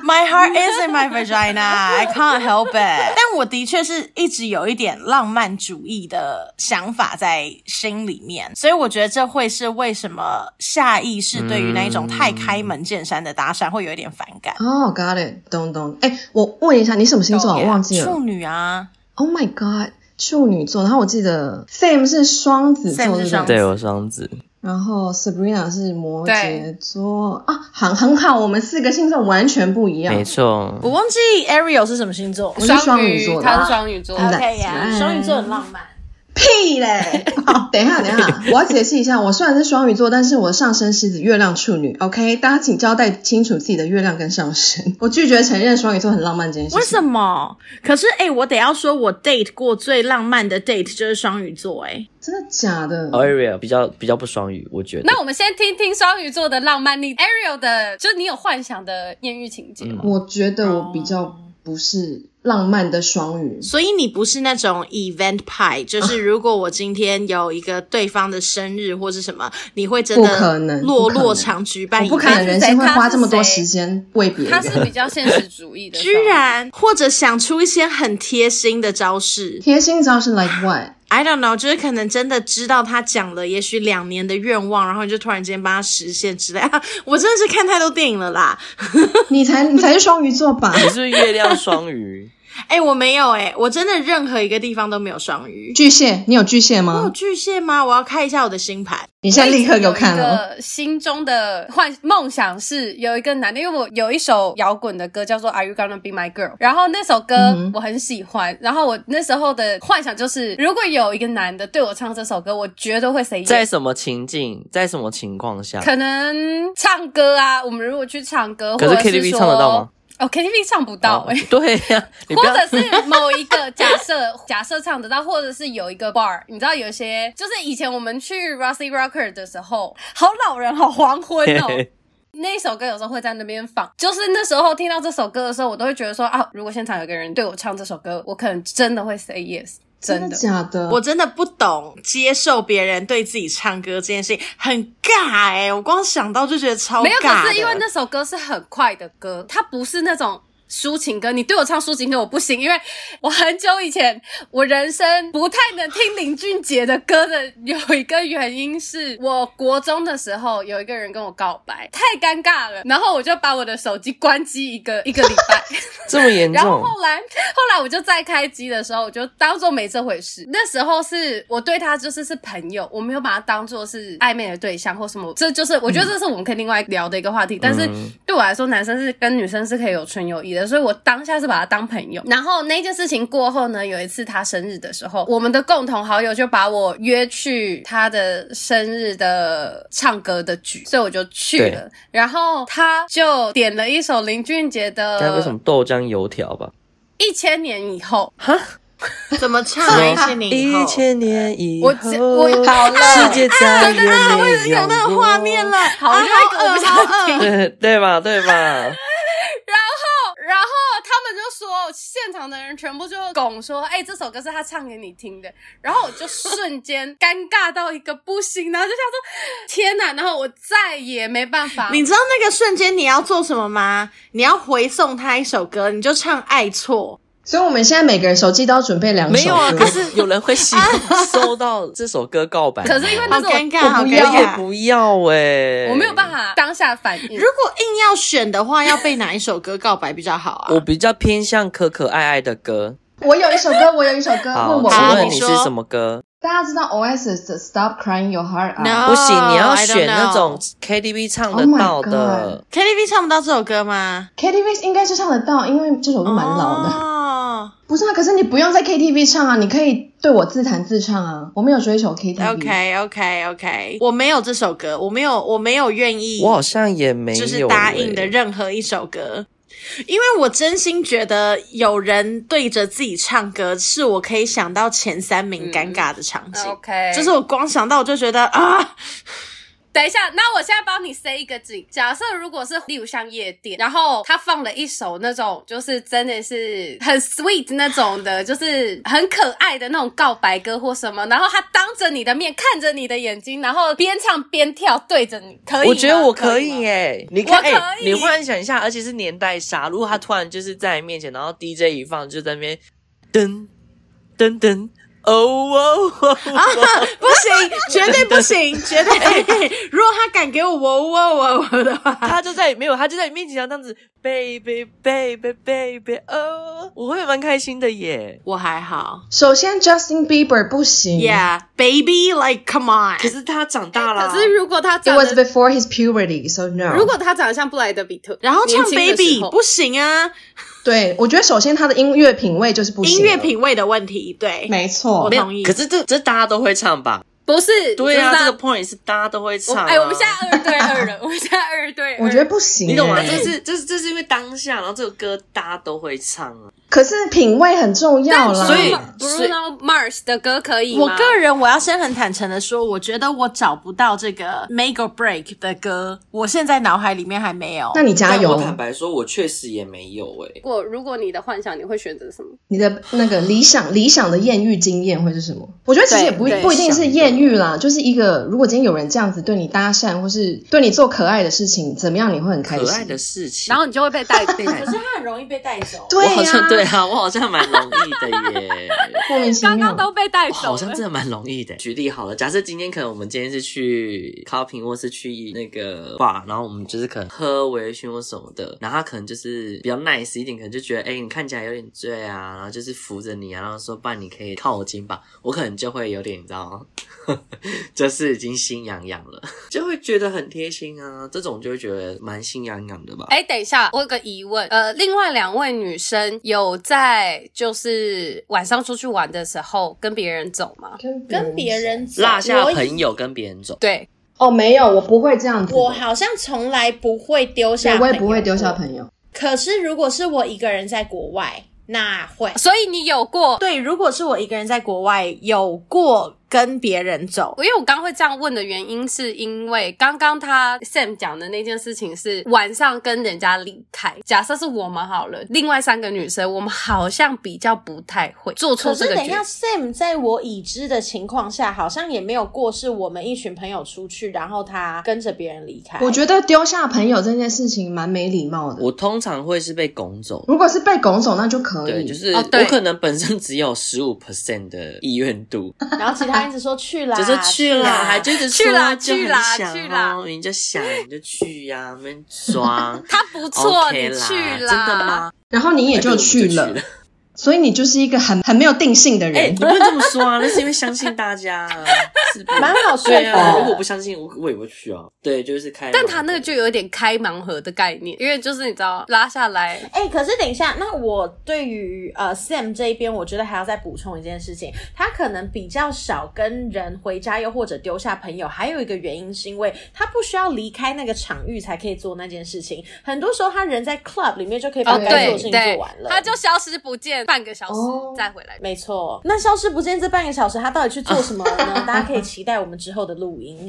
Speaker 4: My heart is in my vagina. I can't help it. 但我的确是一直有一点浪漫主义的想法在心里面，所以我觉得这会是为什么下意识对于那一种太开门见山的搭讪会有一点反感。
Speaker 1: 哦、g o t it，懂懂。哎，我问一下，你什么星座啊？我忘记
Speaker 4: Oh, 处
Speaker 1: 了。
Speaker 4: 女啊，
Speaker 1: Oh my god，处女座。然后我记得 Sam 是双子座，
Speaker 4: Sam
Speaker 1: 对不
Speaker 4: 是
Speaker 1: 对
Speaker 4: 双子
Speaker 3: 对我双子，
Speaker 1: 然后 Sabrina 是摩
Speaker 2: 对
Speaker 1: 羯座啊，很很好，我们四个星座完全不一样
Speaker 3: 没。错，
Speaker 4: 我忘记 Ariel 是什么星座。
Speaker 1: 我是
Speaker 2: 双
Speaker 1: 双鱼座的
Speaker 2: 他是双鱼座。
Speaker 1: 嗯
Speaker 4: OK 呀、
Speaker 1: That's
Speaker 4: 双鱼座很浪漫。
Speaker 1: 屁 嘞！哦等一下，等一下，我要解释一下，我虽然是双鱼座，但是我上升狮子，月亮处女。OK，大家请交代清楚自己的月亮跟上升。我拒绝承认双鱼座很浪漫这件事情。
Speaker 4: 为什么？可是哎、我得要说，我 date 过最浪漫的 date 就是双鱼座哎、
Speaker 1: 真的假的？
Speaker 3: Ariel 比较比较不双语，我觉得。
Speaker 2: 嗯 那我们先听听双鱼座的浪漫力，Ariel 的，就是你有幻想的艳遇情节吗？
Speaker 1: 我觉得
Speaker 2: 哦
Speaker 1: 我比较不是浪漫的双鱼，
Speaker 4: 所以你不是那种 event 派，
Speaker 1: 啊
Speaker 4: 就是如果我今天有一个对方的生日或是什么，你会真
Speaker 1: 不可
Speaker 4: 的
Speaker 1: 能
Speaker 4: 落
Speaker 1: 不可能
Speaker 4: 落场举办
Speaker 1: 我
Speaker 4: 一
Speaker 1: 不可能
Speaker 4: 个。
Speaker 1: 人生会
Speaker 2: 哎他是谁
Speaker 1: 花这么多
Speaker 2: 他是谁
Speaker 1: 时间为别
Speaker 2: 他是
Speaker 1: 人。
Speaker 2: 比较现实主义的，
Speaker 4: 居然，或者想出一些很贴心的招式
Speaker 1: 贴心招是 like what？
Speaker 4: ，I don't know，就是可能真的知道他讲了，也许两年的愿望，然后你就突然间帮他实现之类。 我真的是看太多电影了啦，
Speaker 1: 你才你才是双鱼座 吧？
Speaker 3: 你是不是月亮双鱼，
Speaker 4: 哎、我没有哎、我真的任何一个地方都没有双鱼。
Speaker 1: 巨蟹，你有巨蟹
Speaker 4: 我有
Speaker 1: 吗？
Speaker 4: 巨蟹吗？我要看一下我的星盘。
Speaker 1: 你现在立刻给我看
Speaker 2: 有
Speaker 1: 哦。
Speaker 2: 一个心中的幻梦想是有一个男的，因为我有一首摇滚的歌叫做《Are You Gonna Be My Girl》，然后那首歌
Speaker 1: 嗯哼
Speaker 2: 我很喜欢，然后我那时候的幻想就是，如果有一个男的对我唱这首歌，我绝对会 say
Speaker 3: 在
Speaker 2: yes。
Speaker 3: 什么情境，在什么情况下？
Speaker 2: 可能唱歌啊，我们如果去唱歌，
Speaker 3: 可是
Speaker 2: 或者是
Speaker 3: KTV
Speaker 2: 说
Speaker 3: 唱得到吗？
Speaker 2: 哦，KTV 唱不到哎、
Speaker 3: 哦对呀、你
Speaker 2: 或
Speaker 3: 不要
Speaker 2: 者是某一个假设， 假设唱得到，或者是有一个 bar，你知道有一些就是以前我们去 Rusty Rocker 的时候，好老人，好黄昏哦，那首歌有时候会在那边放，就是那时候听到这首歌的时候，我都会觉得说啊，如果现场有个人对我唱这首歌，我可能真的会 say yes，真
Speaker 1: 的
Speaker 2: 的。
Speaker 1: 假的？
Speaker 4: 我真的不懂接受别人对自己唱歌这件事情，很尬哎、我光想到就觉得超尬的。
Speaker 2: 没有，可是因为那首歌是很快的歌，它不是那种抒情歌。你对我唱抒情歌我不行，因为我很久以前我人生不太能听林俊杰的歌的，有一个原因是我国中的时候有一个人跟我告白，太尴尬了，然后我就把我的手机关机一个一个礼拜。
Speaker 3: 这么严
Speaker 2: 然后
Speaker 3: 重，
Speaker 2: 后来，后来我就再开机的时候，我就当做没这回事。那时候是我对他就是是朋友，我没有把他当做是暧昧的对象或什么。这就是我觉得这是我们可以另外聊的一个话题。但是
Speaker 3: 嗯
Speaker 2: 对我来说，男生是跟女生是可以有纯友谊的，所以我当下是把他当朋友。然后那件事情过后呢，有一次他生日的时候，我们的共同好友就把我约去他的生日的唱歌的局，所以我就去
Speaker 3: 对
Speaker 2: 了。然后他就点了一首林俊杰的，
Speaker 3: 该不会什么豆浆油条吧？
Speaker 2: 一千年以 后，
Speaker 4: 怎么唱啊？一千年以后，
Speaker 3: 年以
Speaker 2: 我只我好了
Speaker 3: 世界再也
Speaker 2: 啊
Speaker 4: 我已
Speaker 3: 没
Speaker 4: 经有
Speaker 3: 有
Speaker 4: 那个
Speaker 3: 我
Speaker 4: 画面了，
Speaker 2: 好
Speaker 4: 啊
Speaker 2: 那个我不想
Speaker 4: 好 饿好 饿
Speaker 3: 对对吧？对吧？
Speaker 2: 然后他们就说，现场的人全部就拱说：“哎、这首歌是他唱给你听的。”然后我就瞬间尴尬到一个不行，然后就想说：“天哪！”然后我再也没办法。
Speaker 4: 啊你知道那个瞬间你要做什么吗？你要回送他一首歌，你就唱《爱错
Speaker 1: 所以我们现在每个人手机都要准备两首歌。
Speaker 3: 没有啊，可是有 人会喜欢收到这首歌告白，
Speaker 2: 可是因为
Speaker 4: 好
Speaker 2: 那是
Speaker 4: 尴
Speaker 2: 我
Speaker 4: 尬，好
Speaker 1: 不
Speaker 4: 尴
Speaker 1: 要
Speaker 3: 我也
Speaker 4: 尬。
Speaker 3: 不要哎、
Speaker 2: 我没有办法当下反应
Speaker 4: 如。果硬要选的话，要被哪一首歌告白比较好 啊？
Speaker 3: 我比较偏向可可爱爱的歌。
Speaker 1: 我有一首歌， 我有一首歌，
Speaker 3: 好，
Speaker 1: 问我
Speaker 3: 请
Speaker 4: 啊
Speaker 3: 问
Speaker 1: 问
Speaker 3: 你
Speaker 1: 我，
Speaker 4: 你
Speaker 3: 是
Speaker 4: 说
Speaker 3: 什么歌？
Speaker 1: 大家知道 Oasis 的 Stop Crying Your Heart 啊 Out？
Speaker 4: No
Speaker 3: 不行，你要
Speaker 4: I don't
Speaker 3: 选那种
Speaker 4: know
Speaker 3: KTV 唱
Speaker 1: Oh
Speaker 3: 得
Speaker 1: my
Speaker 3: 到的。
Speaker 4: KTV 唱不到这首歌吗？
Speaker 1: KTV 应该是唱得到，因为这首歌蛮老的。
Speaker 4: 哦
Speaker 1: 不是啊，可是你不用在 KTV 唱啊，你可以对我自弹自唱啊。我没有追求 KTV。
Speaker 4: OK OK OK，我没有这首歌，我没有，我没有愿意，
Speaker 3: 我好像也没有、欸，
Speaker 4: 就是答应的任何一首歌，因为我真心觉得有人对着自己唱歌，是我可以想到前三名尴尬的场景。
Speaker 2: 嗯啊 OK，
Speaker 4: 就是我光想到我就觉得 啊，
Speaker 2: 等一下，那我现在帮你塞一个景。假设如果是例如像夜店，然后他放了一首那种就是真的是很 sweet 那种的，就是很可爱的那种告白歌或什么，然后他当着你的面看着你的眼睛，然后边唱边跳对着你，可以吗？
Speaker 3: 我觉得我可
Speaker 2: 吗
Speaker 3: 以哎、你看
Speaker 2: 我可
Speaker 3: 哎、
Speaker 2: 以
Speaker 3: 你幻想一下，而且是年代杀。如果他突然就是在你面前，然后 DJ 一放，就在那边噔噔噔，哦哦哦哦，
Speaker 4: 不行，绝对不行，绝对！如果他敢给我我我我我的话，
Speaker 3: 他就在没有，他就在你面前这样子，baby baby baby，哦，我会蛮开心的耶。
Speaker 4: 我还好。
Speaker 1: 首先 Justin Bieber 不行
Speaker 4: Yeah, baby, like come on！
Speaker 3: 可是他长大了、啊
Speaker 2: 哎可是如果他
Speaker 1: It
Speaker 2: 长
Speaker 1: was
Speaker 2: 得，
Speaker 1: before his puberty, so no.
Speaker 2: 如果他长得像布莱德比特，
Speaker 4: 然后唱
Speaker 2: 年
Speaker 3: 啊
Speaker 2: 轻的时
Speaker 4: baby
Speaker 2: 候
Speaker 4: 不行啊，
Speaker 1: 对，我觉得首先他的音乐品味就是不行。啊
Speaker 4: 音乐，品味的问题，对，
Speaker 1: 没
Speaker 4: 我
Speaker 1: 错
Speaker 3: 没。有
Speaker 4: 同意
Speaker 3: 可是这这大家都会唱吧？
Speaker 2: 不是
Speaker 3: 对
Speaker 2: 就是
Speaker 3: 啊，
Speaker 2: 他
Speaker 3: 这个 point 是大家都会唱、
Speaker 2: 我
Speaker 3: 啊。
Speaker 2: 哎，我们现在嗯二对二了，我们现在二对二。
Speaker 1: 我觉得不行、
Speaker 3: 你懂吗？
Speaker 1: 欸
Speaker 3: 这是这是这是因为当下，然后这首歌大家都会唱啊。
Speaker 1: 可是品味很重要啦。
Speaker 3: 所以
Speaker 2: Bruno Mars 的歌可以吗？
Speaker 4: 我个人我要先很坦诚的说，我觉得我找不到这个 make or break 的歌，我现在脑海里面还没有。
Speaker 1: 那你加
Speaker 3: 但我
Speaker 1: 油，啊
Speaker 3: 坦白说，我确实也没有哎、
Speaker 2: 如果如果你的幻想，你会选择什么？
Speaker 1: 你的那个理想理想的艳遇经验会是什么？我觉得其实也不
Speaker 2: 对对
Speaker 1: 不一定是艳遇啦，就是一个如果今天有人这样子对你搭讪，或是对你做可爱的事情，怎么样你会很开
Speaker 3: 可爱
Speaker 1: 心？
Speaker 3: 的事情。
Speaker 2: 然后你啊就会被 带被
Speaker 1: 啊
Speaker 2: 带
Speaker 4: 可是他很容易被带走。
Speaker 1: 对
Speaker 3: 我好
Speaker 1: 呀、
Speaker 3: 像 对啊，我好像蛮容易的耶。
Speaker 1: 莫名其妙。
Speaker 2: 刚刚都被 带
Speaker 3: 我
Speaker 2: 走
Speaker 3: 哦好像
Speaker 2: 了
Speaker 3: 真。的蛮容易的。举例好了，假设今天可能我们今天是去 copy 或是去那个 bar，然后我们就是可能喝微醺或什么的，然后他可能就是比较 nice 一点，可能就觉得哎、你看起来有点醉啊，然后就是扶着你啊，然后说爸你可以靠我肩膀，我可能就会有点你知道吗， 就是已经心痒痒了，就会觉得很贴心啊，这种就会觉得蛮心痒痒的吧。
Speaker 2: 哎，等一下，我有个疑问。呃，另外两位女生有在就是晚上出去玩的时候跟别人走吗？
Speaker 4: 跟别人走
Speaker 3: 落下
Speaker 4: 我
Speaker 3: 朋友跟别人走。
Speaker 2: 对，
Speaker 1: 哦，没有，我不会这样子的。
Speaker 4: 我好像从来不会丢下
Speaker 1: 对，
Speaker 4: 朋友，
Speaker 1: 我也不会丢下朋友。
Speaker 4: 可是如果是我一个人在国外，那会。
Speaker 2: 所以你有过。
Speaker 4: 对，如果是我一个人在国外，有过跟别人走，
Speaker 2: 因为我刚会这样问的原因，是因为刚刚他 Sam 讲的那件事情是晚上跟人家离开。假设是我们好了，另外三个女生，我们好像比较不太会做出
Speaker 4: 可
Speaker 2: 这
Speaker 4: 是
Speaker 2: 个
Speaker 4: 等一
Speaker 2: 决
Speaker 4: 下
Speaker 2: 定。
Speaker 4: ，Sam 在我已知的情况下，好像也没有过是我们一群朋友出去，然后他跟着别人离开。
Speaker 1: 我觉得丢下朋友这件事情蛮没礼貌的。
Speaker 3: 我通常会是被拱走的，
Speaker 1: 如果是被拱走，那就可
Speaker 3: 对，
Speaker 1: 以。
Speaker 3: 就是
Speaker 2: 哦对
Speaker 3: 我可能本身只有十五 percent 的意 愿度，
Speaker 4: 得，然后其他人一直说去啦，
Speaker 3: 就是去了，还就一直说
Speaker 2: 去啦
Speaker 3: 就很
Speaker 2: 去啦
Speaker 3: 想哦
Speaker 2: 去啦
Speaker 3: 你就想你就去呀、啊，们装
Speaker 2: 他不错你
Speaker 3: OK 啦
Speaker 2: 去啦，
Speaker 3: 真的吗？
Speaker 1: 然后你也
Speaker 3: 哎对
Speaker 1: 就
Speaker 3: 我们去
Speaker 1: 去了，所以你就是一个很很没有定性的
Speaker 3: 哎、
Speaker 1: 人。
Speaker 3: 你不能这么说啊，那是因为相信大家、啊，是不是
Speaker 4: 蛮好说
Speaker 3: 对啊，
Speaker 4: 服。
Speaker 3: 如果不相信，我我也不会去啊。对，就是开。
Speaker 2: 但他那个就有点开盲盒的概念，因为就是你知道拉下来，
Speaker 4: 哎、可是等一下，那我对于呃 Sam 这一边，我觉得还要再补充一件事情，他可能比较少跟人回家，又或者丢下朋友。还有一个原因是因为他不需要离开那个场域才可以做那件事情，很多时候他人在 club 里面就可以把
Speaker 2: 哦
Speaker 1: 对
Speaker 4: 该做的
Speaker 2: 对
Speaker 4: 事情做
Speaker 2: 对
Speaker 4: 完了。，
Speaker 2: 他就消失不见半个小时
Speaker 1: 哦
Speaker 2: 再回来。
Speaker 4: 没错，那消失不见这半个小时，他到底去做什么了 呢？大家可以期待我们之后的录音。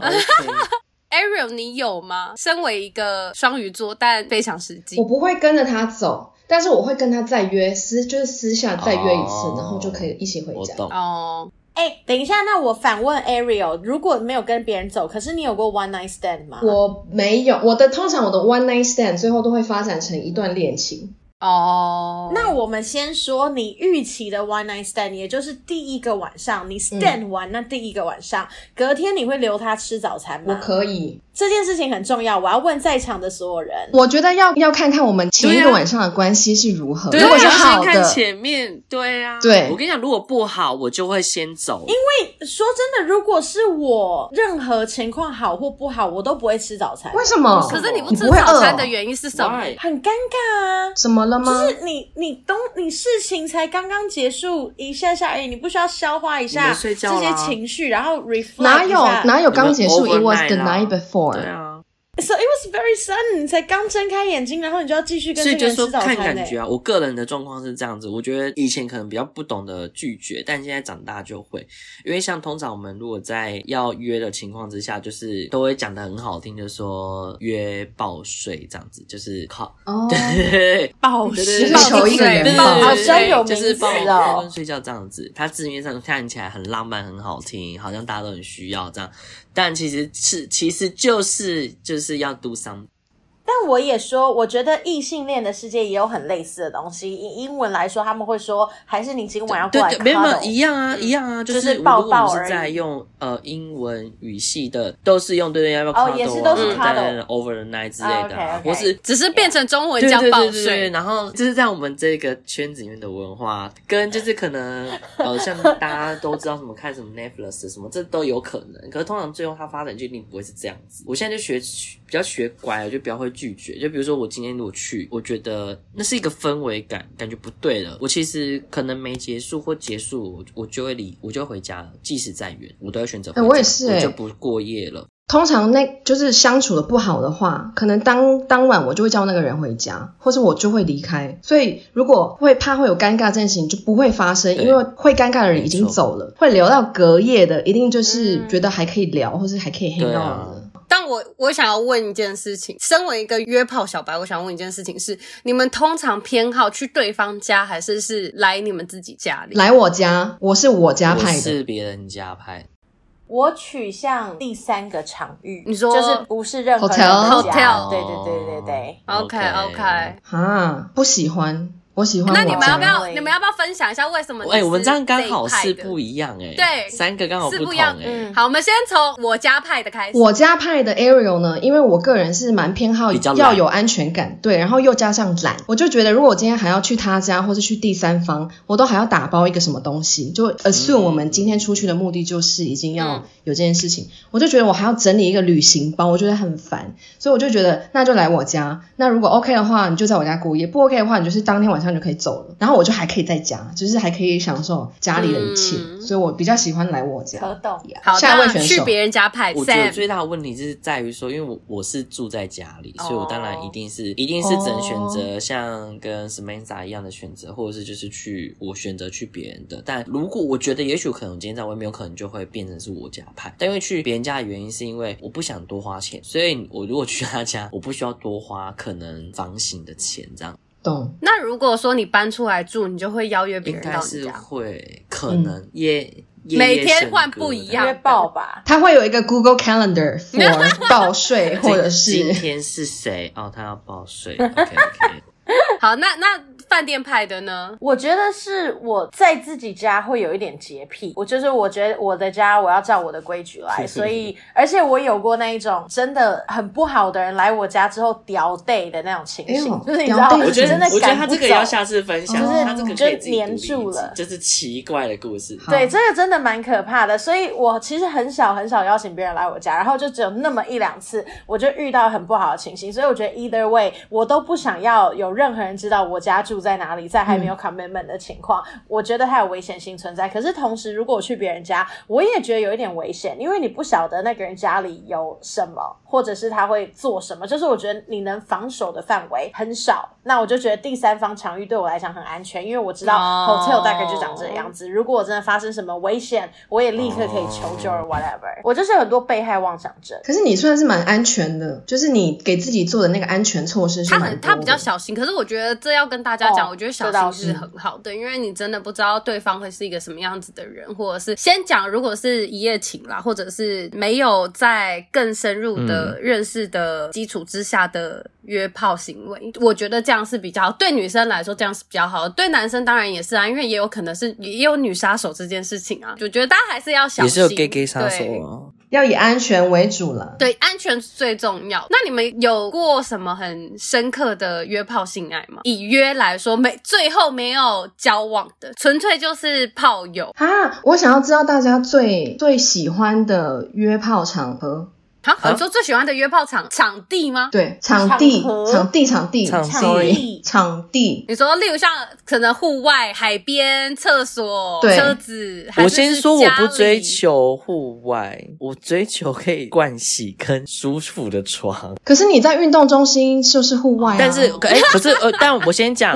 Speaker 2: Ariel，你有吗？身为一个双鱼座，但非常实际
Speaker 1: 我，不会跟着他走，但是我会跟他再约私，就是私下再约一次，
Speaker 3: 哦
Speaker 1: 然后就可以一起回
Speaker 3: 我
Speaker 1: 家。
Speaker 3: 懂。
Speaker 2: 哦，
Speaker 4: 哎、等一下，那我反问 Ariel，如果没有跟别人走，可是你有过 one night stand 吗？
Speaker 1: 我没有，我的通常我的 one night stand 最后都会发展成一段恋情。
Speaker 2: 哦
Speaker 4: 那我们先说你预期的 one night stand，也就是第一个晚上
Speaker 1: 嗯
Speaker 4: 你 stand 完那第一个晚上，隔天你会留他吃早餐
Speaker 1: 我
Speaker 4: 吗？
Speaker 1: 可以，
Speaker 4: 这件事情很重要，我要问在场的所有人。
Speaker 1: 我觉得要要看看我们前一
Speaker 3: 对
Speaker 1: 个
Speaker 3: 啊
Speaker 1: 晚上的关系是如何。
Speaker 3: 对啊
Speaker 1: 如果是
Speaker 3: 就
Speaker 1: 好
Speaker 3: 先看
Speaker 1: 的，
Speaker 3: 前面，对啊，
Speaker 1: 对
Speaker 3: 我跟你讲，如果不好，我就会先走，因为
Speaker 4: 说真的，如果是我任何情况好或不好，我都不会吃早餐，
Speaker 1: 为什么？
Speaker 2: 可是你不
Speaker 1: 你
Speaker 2: 吃
Speaker 1: 不会饿
Speaker 2: 早餐
Speaker 1: 哦
Speaker 2: 的原因是什么？
Speaker 4: 很尴尬啊。
Speaker 1: 怎么了吗？
Speaker 4: 就是你，你东，你事情才刚刚结束一下下而已，你不需要消化一
Speaker 3: 你
Speaker 4: 下
Speaker 3: 们睡
Speaker 4: 这
Speaker 3: 觉啦
Speaker 4: 些情绪，然后 reflect
Speaker 1: 哪有
Speaker 4: 一下
Speaker 1: 哪有刚结束
Speaker 3: 你们
Speaker 1: ？It was the
Speaker 3: overnight 啦
Speaker 1: night before。
Speaker 3: 对啊，
Speaker 4: So it was very sudden，你才刚睁开眼睛，然后你就要继续跟
Speaker 3: 所
Speaker 4: 这
Speaker 3: 以
Speaker 4: 个
Speaker 3: 就是
Speaker 4: 人
Speaker 3: 说
Speaker 4: 吃早
Speaker 3: 看
Speaker 4: 餐、
Speaker 3: 感觉
Speaker 4: 欸。
Speaker 3: 啊，我个人的状况是这样子，我觉得以前可能比较不懂得拒绝，但现在长大就会，因为像通常我们如果在要约的情况之下，就是都会讲的很好听，就是说约报税这样子，就是靠
Speaker 1: 哦，
Speaker 4: 暴
Speaker 3: 对对
Speaker 4: 食
Speaker 1: 是求一个
Speaker 2: 对
Speaker 1: 人
Speaker 2: 对
Speaker 1: 吧
Speaker 2: 对
Speaker 4: 好
Speaker 2: 对
Speaker 4: 像有
Speaker 3: 就
Speaker 4: 名
Speaker 3: 是
Speaker 4: 词
Speaker 3: 抱抱
Speaker 4: 哦
Speaker 3: 跟。睡觉这样子，它字面上看起来很浪漫、很好听，好像大家都很需要这样，但其实是其实就是就是要 do some。
Speaker 4: 但我也说，我觉得异性恋的世界也有很类似的东西。以英文来说，他们会说，还是你今晚要过
Speaker 3: 对
Speaker 4: 来
Speaker 3: 对，没有没有
Speaker 4: cuddle
Speaker 3: 一样啊，
Speaker 4: 嗯
Speaker 3: 一样啊，就
Speaker 4: 就是是
Speaker 3: 如果
Speaker 4: 抱
Speaker 3: 我们
Speaker 4: 抱而
Speaker 3: 是
Speaker 4: 已
Speaker 3: 在用呃英文语系的，都是用对对要不要
Speaker 4: 哦
Speaker 3: cuddle
Speaker 4: 也是都是
Speaker 3: 啊
Speaker 4: cuddle
Speaker 3: 对对对 over the night 之类的啊，
Speaker 4: OK，OK
Speaker 3: 或是
Speaker 2: 只是变成中文
Speaker 3: 对
Speaker 2: 叫
Speaker 3: 对
Speaker 2: 报
Speaker 3: 对对对，
Speaker 2: 税。
Speaker 3: 然后就是在我们这个圈子里面的文化，跟就是可能呃，像大家都知道什么看什么 Netflix 什么，这都有可能。可是通常最后它发展就一定不会是这样子。我现在就学比较学乖了，就比较会拒绝。就比如说我今天如果去，我觉得那是一个氛围感，感觉不对了。我其实可能没结束或结束，我我就会离，我就会回家了，即使再远，我都会选择回
Speaker 1: 哎
Speaker 3: 家。
Speaker 1: 我也是哎
Speaker 3: 我就不过夜了。
Speaker 1: 通常那就是相处的不好的话，可能当当晚我就会叫那个人回家，或是我就会离开。所以如果会怕会有尴尬这件事情就不会发生，
Speaker 3: 对
Speaker 1: 因为会尴尬的人已经
Speaker 3: 没错嗯
Speaker 1: 走了，会留到隔夜的一定就是觉得还可以聊，或是还可以 hang
Speaker 3: 对
Speaker 1: out 的。
Speaker 3: 啊
Speaker 2: 但我我想要问一件事情，身为一个约炮小白，我想问一件事情是：你们通常偏好去对方家，还是是来你们自己家里？
Speaker 1: 来我家，我是我家
Speaker 3: 我
Speaker 1: 派的，
Speaker 3: 是别人家派，
Speaker 4: 我取向第三个场域，
Speaker 2: 你说
Speaker 4: 就是不是任何
Speaker 1: Hotel？
Speaker 4: 人的家
Speaker 2: Hotel
Speaker 4: 哦对对对对对。
Speaker 3: 哦
Speaker 2: OK OK，
Speaker 1: 啊，不喜欢，我喜欢我
Speaker 2: 那
Speaker 1: 家。
Speaker 2: 你们要不要？
Speaker 4: 对
Speaker 2: 你们要不要分享一下为什么你是
Speaker 3: 哎、
Speaker 2: 一派的？
Speaker 3: 我们这样刚好是不一样哎、
Speaker 2: 对
Speaker 3: 三个刚好
Speaker 2: 是
Speaker 3: 同
Speaker 2: 不一样
Speaker 3: 哎、
Speaker 4: 嗯
Speaker 2: 好，我们先从我家派的开始。
Speaker 1: 我家派的 Ariel 呢，因为我个人是蛮偏好
Speaker 3: 比较懒
Speaker 1: 要有安全感，对，然后又加上懒，我就觉得如果我今天还要去他家或是去第三方，我都还要打包一个什么东西，就
Speaker 3: 嗯
Speaker 1: assume 我们今天出去的目的就是已经
Speaker 2: 嗯
Speaker 1: 要有这件事情，我就觉得我还要整理一个旅行包，我觉得很烦，所以我就觉得那就来我家，那如果 OK 的话，你就在我家过夜；不 OK 的话，你就是当天晚上就可以走了，然后我就还可以在家，就是还可以享受家里的一切，
Speaker 2: 嗯
Speaker 1: 所以我比较喜欢来我家。
Speaker 4: 可懂，
Speaker 2: 好，
Speaker 1: 下一
Speaker 2: 那
Speaker 1: 位选
Speaker 2: 去
Speaker 1: 手。
Speaker 2: 别人家派
Speaker 3: 我觉得
Speaker 2: Sam。
Speaker 3: 最大的问题是在于说，因为我我是住在家里，
Speaker 2: 哦
Speaker 3: 所以我当然一定是一定是只能选择像跟 Samantha 一样的选择，或者是就是去我选择去别人的。但如果我觉得也许可能我今天在外面，有可能就会变成是我家派。但因为去别人家的原因是因为我不想多花钱，所以我如果去他家，我不需要多花可能房型的钱这样。
Speaker 1: 懂，
Speaker 2: 那如果说你搬出来住，你就会邀约别
Speaker 3: 应
Speaker 2: 人
Speaker 3: 该
Speaker 2: 到你
Speaker 3: 是
Speaker 2: 家。
Speaker 3: 会，可能也、夜
Speaker 2: 每
Speaker 3: 夜
Speaker 2: 天
Speaker 3: 笙
Speaker 2: 换
Speaker 3: 歌
Speaker 2: 不
Speaker 3: 的
Speaker 2: 一
Speaker 3: 感
Speaker 2: 样
Speaker 4: 约爆吧。
Speaker 1: 他会有一个 Google Calendar for 报税
Speaker 3: 今
Speaker 1: 或者
Speaker 3: 今
Speaker 1: 是
Speaker 3: 天是谁？哦，他要报税。OK OK，
Speaker 2: 好，那那饭店派的呢？
Speaker 4: 我觉得是我在自己家会有一点洁癖，我就是我觉得我的家我要照我的规矩来，所以而且我有过那一种真的很不好的人来我家之后屌 day 的那种情
Speaker 1: 哎
Speaker 4: 形
Speaker 1: 呦，
Speaker 4: 就是你知道，
Speaker 1: 屌 day
Speaker 3: 我觉得
Speaker 4: 真的
Speaker 3: 我觉得
Speaker 4: 赶
Speaker 3: 他
Speaker 4: 不
Speaker 3: 这
Speaker 4: 走哦
Speaker 3: 个。要下次分享，
Speaker 1: 就是
Speaker 3: 他这个可以自己
Speaker 4: 就
Speaker 3: 独立
Speaker 4: 黏住了
Speaker 3: 这是奇怪的故事。
Speaker 1: 好
Speaker 4: 对，这个真的蛮可怕的，所以我其实很少很少邀请别人来我家，然后就只有那么一两次，我就遇到很不好的情形，所以我觉得 either way 我都不想要有任何人知道我家住在哪里，在还没有 commitment 的情况，我觉得它有危险性存在。可是同时，如果我去别人家，我也觉得有一点危险，因为你不晓得那个人家里有什么，或者是他会做什么，就是我觉得你能防守的范围很少。那我就觉得第三方场域对我来讲很安全，因为我知道
Speaker 2: 哦
Speaker 4: hotel 大概就长这个样子。样子如果我真的发生什么危险，我也立刻可以求救
Speaker 3: 哦
Speaker 4: ，or whatever。我就是有很多被害妄想症。
Speaker 1: 可是你算是蛮安全的，就是你给自己做的那个安全措施是
Speaker 2: 他
Speaker 1: 蛮
Speaker 2: 很
Speaker 1: 多的
Speaker 2: 他比较小心，可是我觉得这要跟大家讲，
Speaker 4: 哦
Speaker 2: 我觉得
Speaker 4: 这倒
Speaker 2: 小心
Speaker 4: 是
Speaker 2: 是很好的，因为你真的不知道对方会是一个什么样子的人，或者是先讲，如果是一夜情啦，或者是没有在
Speaker 3: 嗯
Speaker 2: 更深入的认识的基础之下的约炮行为，我觉得这样样是比较好，对女生来说这样是比较好的，对男生当然也是啊，因为也有可能是也有女杀手这件事情啊，我觉得大家还是要小心。
Speaker 3: 也是有 gay gay 杀手
Speaker 2: 对
Speaker 3: 啊。
Speaker 1: 要以安全为主了。
Speaker 2: 对，安全是最重要。那你们有过什么很深刻的约炮性爱吗？以约来说，没最后没有交往的，纯粹就是炮友。
Speaker 1: 啊，我想要知道大家最最喜欢的约炮场合，
Speaker 2: 好、你说最喜欢的约炮场场地吗？
Speaker 1: 对，场地，
Speaker 4: 场合
Speaker 1: 场地，场地，
Speaker 3: 场地
Speaker 1: ，sorry，场地。
Speaker 2: 你说，例如像可能户外、海边、厕所、
Speaker 1: 对
Speaker 2: 车子，还
Speaker 3: 我
Speaker 2: 是
Speaker 3: 先
Speaker 2: 是
Speaker 3: 说我
Speaker 2: 家
Speaker 3: 不追
Speaker 2: 里。
Speaker 3: 求户外，我追求可以盥洗跟舒服的
Speaker 4: 哦
Speaker 3: 床。
Speaker 1: 可是你在运动中心就是户外啊，
Speaker 3: 但是，可哎、可是呃，但我先 讲，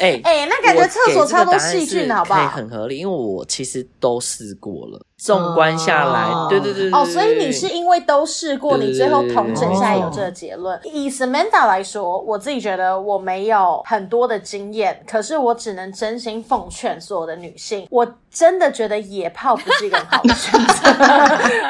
Speaker 3: 哎、
Speaker 4: 哎、那感觉
Speaker 3: 我
Speaker 4: 厕
Speaker 3: 给
Speaker 4: 所
Speaker 3: 这个
Speaker 4: 超
Speaker 3: 答
Speaker 4: 多
Speaker 3: 案
Speaker 4: 细菌
Speaker 3: 是
Speaker 4: 的，好不
Speaker 3: 可以
Speaker 4: 好？
Speaker 3: 很合理，因为我其实都试过了。纵观下来，
Speaker 1: 哦
Speaker 3: 对对对
Speaker 4: 哦，所以你是因为都试过，
Speaker 3: 对
Speaker 4: 你最后统整下来有这个结论。以 Samantha 来说，我自己觉得我没有很多的经验，可是我只能真心奉劝所有的女性，我真的觉得野炮不是一个很好的选择。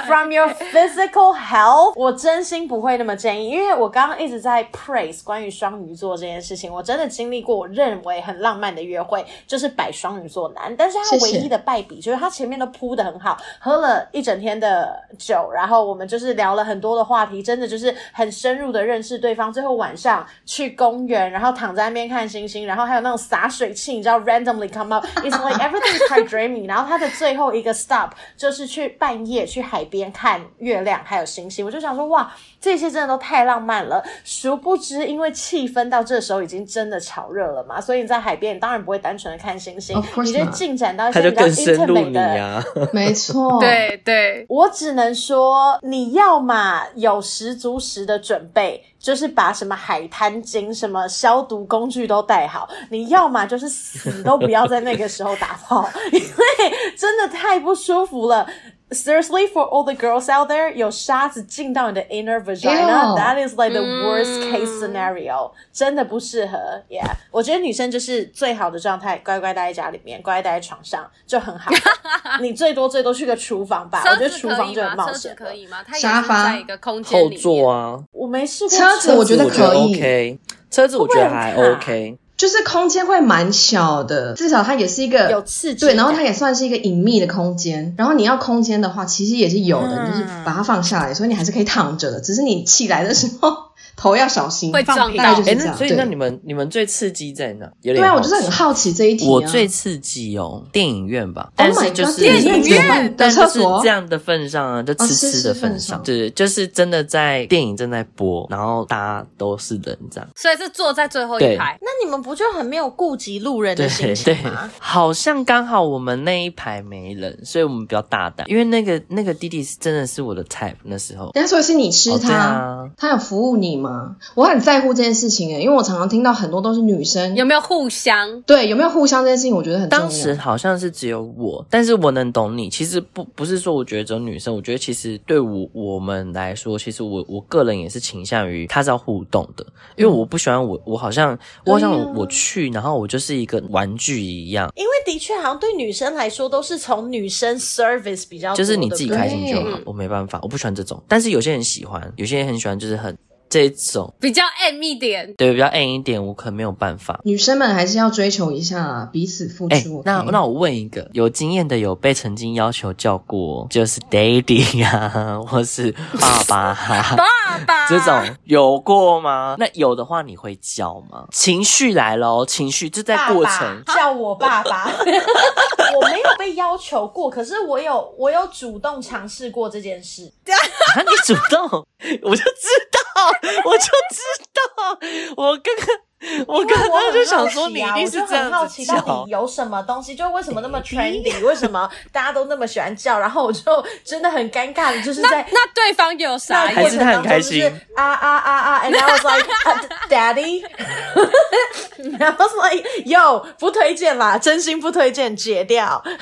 Speaker 4: From your physical health，我真心不会那么建议，因为我刚刚一直在 praise 关于双鱼座这件事情，我真的经历过我认为很浪漫的约会，就是摆双鱼座男，但是他
Speaker 1: 谢谢
Speaker 4: 唯一的败笔就是他前面都铺的很好，喝了一整天的酒，然后我们就是聊了很多的话题，真的就是很深入的认识对方。最后晚上去公园，然后躺在那边看星星，然后还有那种洒水器，你知道 randomly come up，it's like everything is quite dreamy。然后他的最后一个 stop 就是去半夜去海边看月亮还有星星，我就想说哇，这些真的都太浪漫了。殊不知，因为气氛到这时候已经真的炒热了嘛，所以你在海边你当然不会单纯的看星星
Speaker 1: Of，course
Speaker 4: 你就
Speaker 1: not
Speaker 4: 进展到一
Speaker 3: 他
Speaker 4: 些
Speaker 3: 就
Speaker 4: 比较
Speaker 3: 更深入
Speaker 4: intimate
Speaker 3: 你
Speaker 4: 的
Speaker 3: 啊。
Speaker 1: 没错，，
Speaker 2: 对对，
Speaker 4: 我只能说，你要嘛有十足十的准备，就是把什么海滩巾、什么消毒工具都带好；你要嘛就是死都不要在那个时候打炮，因为真的太不舒服了。Seriously, for all the girls out there，有沙子进到你的 inner
Speaker 1: Ew
Speaker 4: vagina，that is like the worst case scenario，、真的不适合。Yeah，我觉得女生就是最好的状态，乖乖待在家里面，乖乖待在床上就很好。 你最多最多去个厨房吧，我
Speaker 2: 车
Speaker 4: 觉得
Speaker 2: 子
Speaker 4: 厨
Speaker 2: 可
Speaker 4: 房
Speaker 2: 以
Speaker 4: 就很
Speaker 2: 吗？
Speaker 4: 冒
Speaker 2: 车子
Speaker 4: 险了。
Speaker 2: 可以吗？它也
Speaker 1: 沙
Speaker 2: 是
Speaker 1: 发
Speaker 2: 在一个空间
Speaker 3: 后
Speaker 2: 里面
Speaker 3: 座啊，
Speaker 4: 我没试过
Speaker 1: 车子我觉得
Speaker 3: 我觉得
Speaker 1: 可以
Speaker 3: OK，车子我觉得还
Speaker 4: 会不会很
Speaker 3: OK，
Speaker 1: 就是空间会蛮小的，至少它也是一个
Speaker 4: 有刺激
Speaker 1: 对，然后它
Speaker 4: 感
Speaker 1: 也算是一个隐秘的空间。然后你要空间的话，其实也是有的，
Speaker 5: 嗯
Speaker 1: 你就是把它放下来，所以你还是可以躺着的，只是你起来的时 候头要小心。
Speaker 2: 会撞
Speaker 1: 大概
Speaker 2: 到
Speaker 1: 就。
Speaker 3: 哎、
Speaker 1: 是这
Speaker 3: 那
Speaker 1: 样。
Speaker 3: 所以那
Speaker 1: 对
Speaker 3: 你们你们最刺激在哪？有点
Speaker 1: 对啊，我
Speaker 3: 好
Speaker 1: 就是很
Speaker 3: 奇
Speaker 1: 好奇这一题、啊。
Speaker 3: 我最刺激哦，电影院吧，
Speaker 1: Oh my
Speaker 3: 但是就是
Speaker 1: God，电影院
Speaker 3: 但
Speaker 1: 有厕
Speaker 3: 就是
Speaker 1: 所
Speaker 3: 这样的份上啊，就
Speaker 1: 哦
Speaker 3: 吃
Speaker 1: 是
Speaker 3: 吃的
Speaker 1: 是
Speaker 3: 份
Speaker 1: 份
Speaker 3: 上，
Speaker 1: 上
Speaker 3: 对，就是真的在电影正在播，然后大家都是人这样，
Speaker 2: 所以是坐在最后一
Speaker 3: 对
Speaker 2: 排。
Speaker 4: 那你们不就很没有顾及路人
Speaker 3: 对
Speaker 4: 的心
Speaker 3: 对
Speaker 4: 情吗？，
Speaker 3: 好像刚好我们那一排没人，所以我们比较大胆，因为那个那个弟弟是真的是我的 type 那时候，
Speaker 1: 等一下，所以是你吃
Speaker 3: 哦对
Speaker 1: 它，
Speaker 3: 啊
Speaker 1: 它有服务你吗？我很在乎这件事情诶、欸因为我常常听到很多都是女生
Speaker 2: 有没有互相？
Speaker 1: 对有没有互相这件事情，我觉得很重要。
Speaker 3: 当时好像是只有我，但是我能懂你。其实不不是说我觉得只有女生，我觉得其实对我我们来说，其实我我个人也是倾向于他是要互动的，因为我不喜欢我我好像我好像我,、我去，然后我就是一个玩具一样，
Speaker 4: 因为的确，好像对女生来说，都是从女生 service
Speaker 1: 啊
Speaker 4: 比较多，
Speaker 3: 就是你自己
Speaker 4: 对不
Speaker 3: 开
Speaker 4: 对
Speaker 3: 心就好
Speaker 2: 对。
Speaker 3: 我没办法，我不喜欢这种，但是有些人喜欢，有些人很喜欢，就是很这种
Speaker 2: 比较暗一点，
Speaker 3: 对比较暗一点，我可能没有办法。
Speaker 1: 女生们还是要追求一下彼此付
Speaker 3: 哎、
Speaker 1: 出。
Speaker 3: 那
Speaker 1: OK？
Speaker 3: 那我问一个，有经验的有被曾经要求叫过，就是 daddy 啊，或是爸爸、啊、
Speaker 2: 爸爸
Speaker 3: 这种有过吗？那有的话你会叫吗？情绪来了哦，情绪就在 过程。啊
Speaker 4: 爸爸叫我爸爸， 我没有被要求过，可是我有我有主动尝试过这件事。
Speaker 3: 啊，你主动，我就知道，我就知道，我刚刚我
Speaker 4: 因为
Speaker 3: 刚刚就想说
Speaker 4: 我很好奇
Speaker 3: 你一
Speaker 4: 啊
Speaker 3: 定是这样
Speaker 4: 我就很好
Speaker 3: 子
Speaker 4: 奇
Speaker 3: 叫。
Speaker 4: 到底有什么东西，就为什么 那么 trendy，为什么大家都那么喜欢叫，然后我就真的很尴尬的，就是
Speaker 2: 那
Speaker 4: 在
Speaker 2: 那对方有啥
Speaker 4: 那？
Speaker 3: 还是他很开心
Speaker 4: 过程当中就是啊啊啊 啊！And I was like, uh, Daddy, and I was like, Yo，不推荐啦，真心不推荐，解掉。他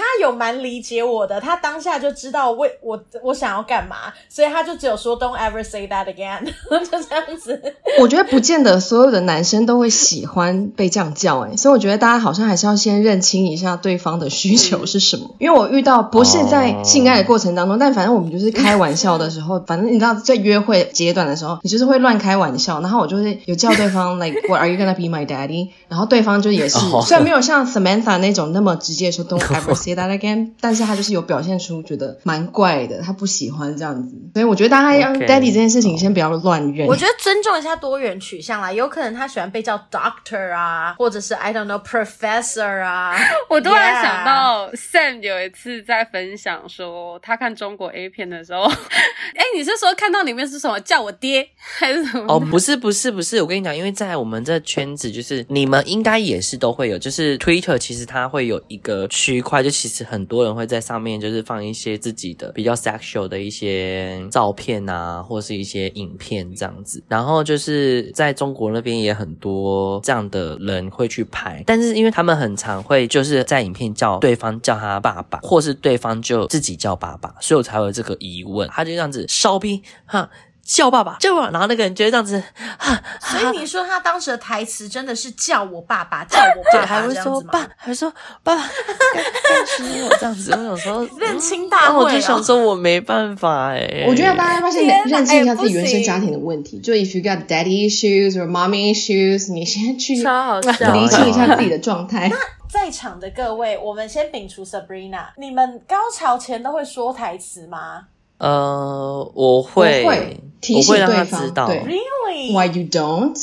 Speaker 6: 他有蛮理解我的，他当下就知道为我我想要干嘛，所以他就只有说 “Don't ever say that again”，就 这样子。
Speaker 1: 我觉得不见得所有的男生都会喜欢被这样叫、欸，哎，所以我觉得大家好像还是要先认清一下对方的需求是什么。因为我遇到不是
Speaker 3: 哦
Speaker 1: 在性爱的过程当中，但反正我们就是开玩笑的时候，反正你知道在约会阶段的时候，你就是会乱开玩笑，然后我就会有叫对方 like What are you gonna be my daddy？然后对方就也是
Speaker 3: 哦
Speaker 1: 虽然没有像 Samantha 那种那么直接说 Don't ever say that again，但是他就是有表现出觉得蛮怪的，他不喜欢这样子，所以我觉得大家让
Speaker 3: OK
Speaker 1: daddy 这件事情先不要乱认。
Speaker 4: 我觉得尊重一下多元取向啦，有可能他喜欢被叫 doctor 啊，或者是 I don't know professor 啊。
Speaker 7: 我突然想
Speaker 4: Yeah
Speaker 7: 到 Sam 有一次在分享说，他看中国 A 片的时 候，哎、你是说看到里面是什么叫我爹 还是什么？
Speaker 3: 哦，不是不是不是，我跟你讲，因为在我们这圈子，就是你们应该也是都会有，就是 Twitter 其实它会有一个区块，就其实很多人会在上面就是放一些自己的比较 sexual 的一些照片啊，或是一些影片这样子。然后就是在中国那边也很多这样的人会去拍，但是因为他们很常会就是在影片叫对方叫他爸爸，或是对方就自己叫爸爸，所以我才会有这个疑问。他就这样子烧逼哈。叫爸爸，叫爸爸，然后那个人就会这样子，哈，
Speaker 4: 所以你说他当时的台词真的是叫我爸爸，叫我
Speaker 3: 对，
Speaker 4: 爸
Speaker 3: 还会
Speaker 4: 爸这样
Speaker 3: 说
Speaker 4: 子吗？
Speaker 3: 爸，还会说爸爸，干干死我这样子。我想说，嗯
Speaker 4: 认亲
Speaker 3: 然
Speaker 4: 大
Speaker 3: 后
Speaker 4: 会、哦，
Speaker 6: 啊
Speaker 3: 我就想说我没办法哎、
Speaker 1: 我觉得大家要不要先
Speaker 2: 天哪
Speaker 1: 认清一下
Speaker 2: 哎
Speaker 1: 自己原
Speaker 2: 不行
Speaker 1: 生家庭的问题？就 if you got daddy issues or mommy issues，你先去
Speaker 7: 超好笑
Speaker 1: 厘清一下自己的状态。
Speaker 6: 在场的各位，我们先摒除 Sabrina，你们高潮前都会说台词吗
Speaker 3: 呃，我
Speaker 1: 我
Speaker 3: 会，
Speaker 1: 提醒
Speaker 3: 我会让
Speaker 1: 对
Speaker 3: 他
Speaker 1: 方，
Speaker 3: 知道。
Speaker 1: 对
Speaker 6: ？Really？
Speaker 1: ，why you don't？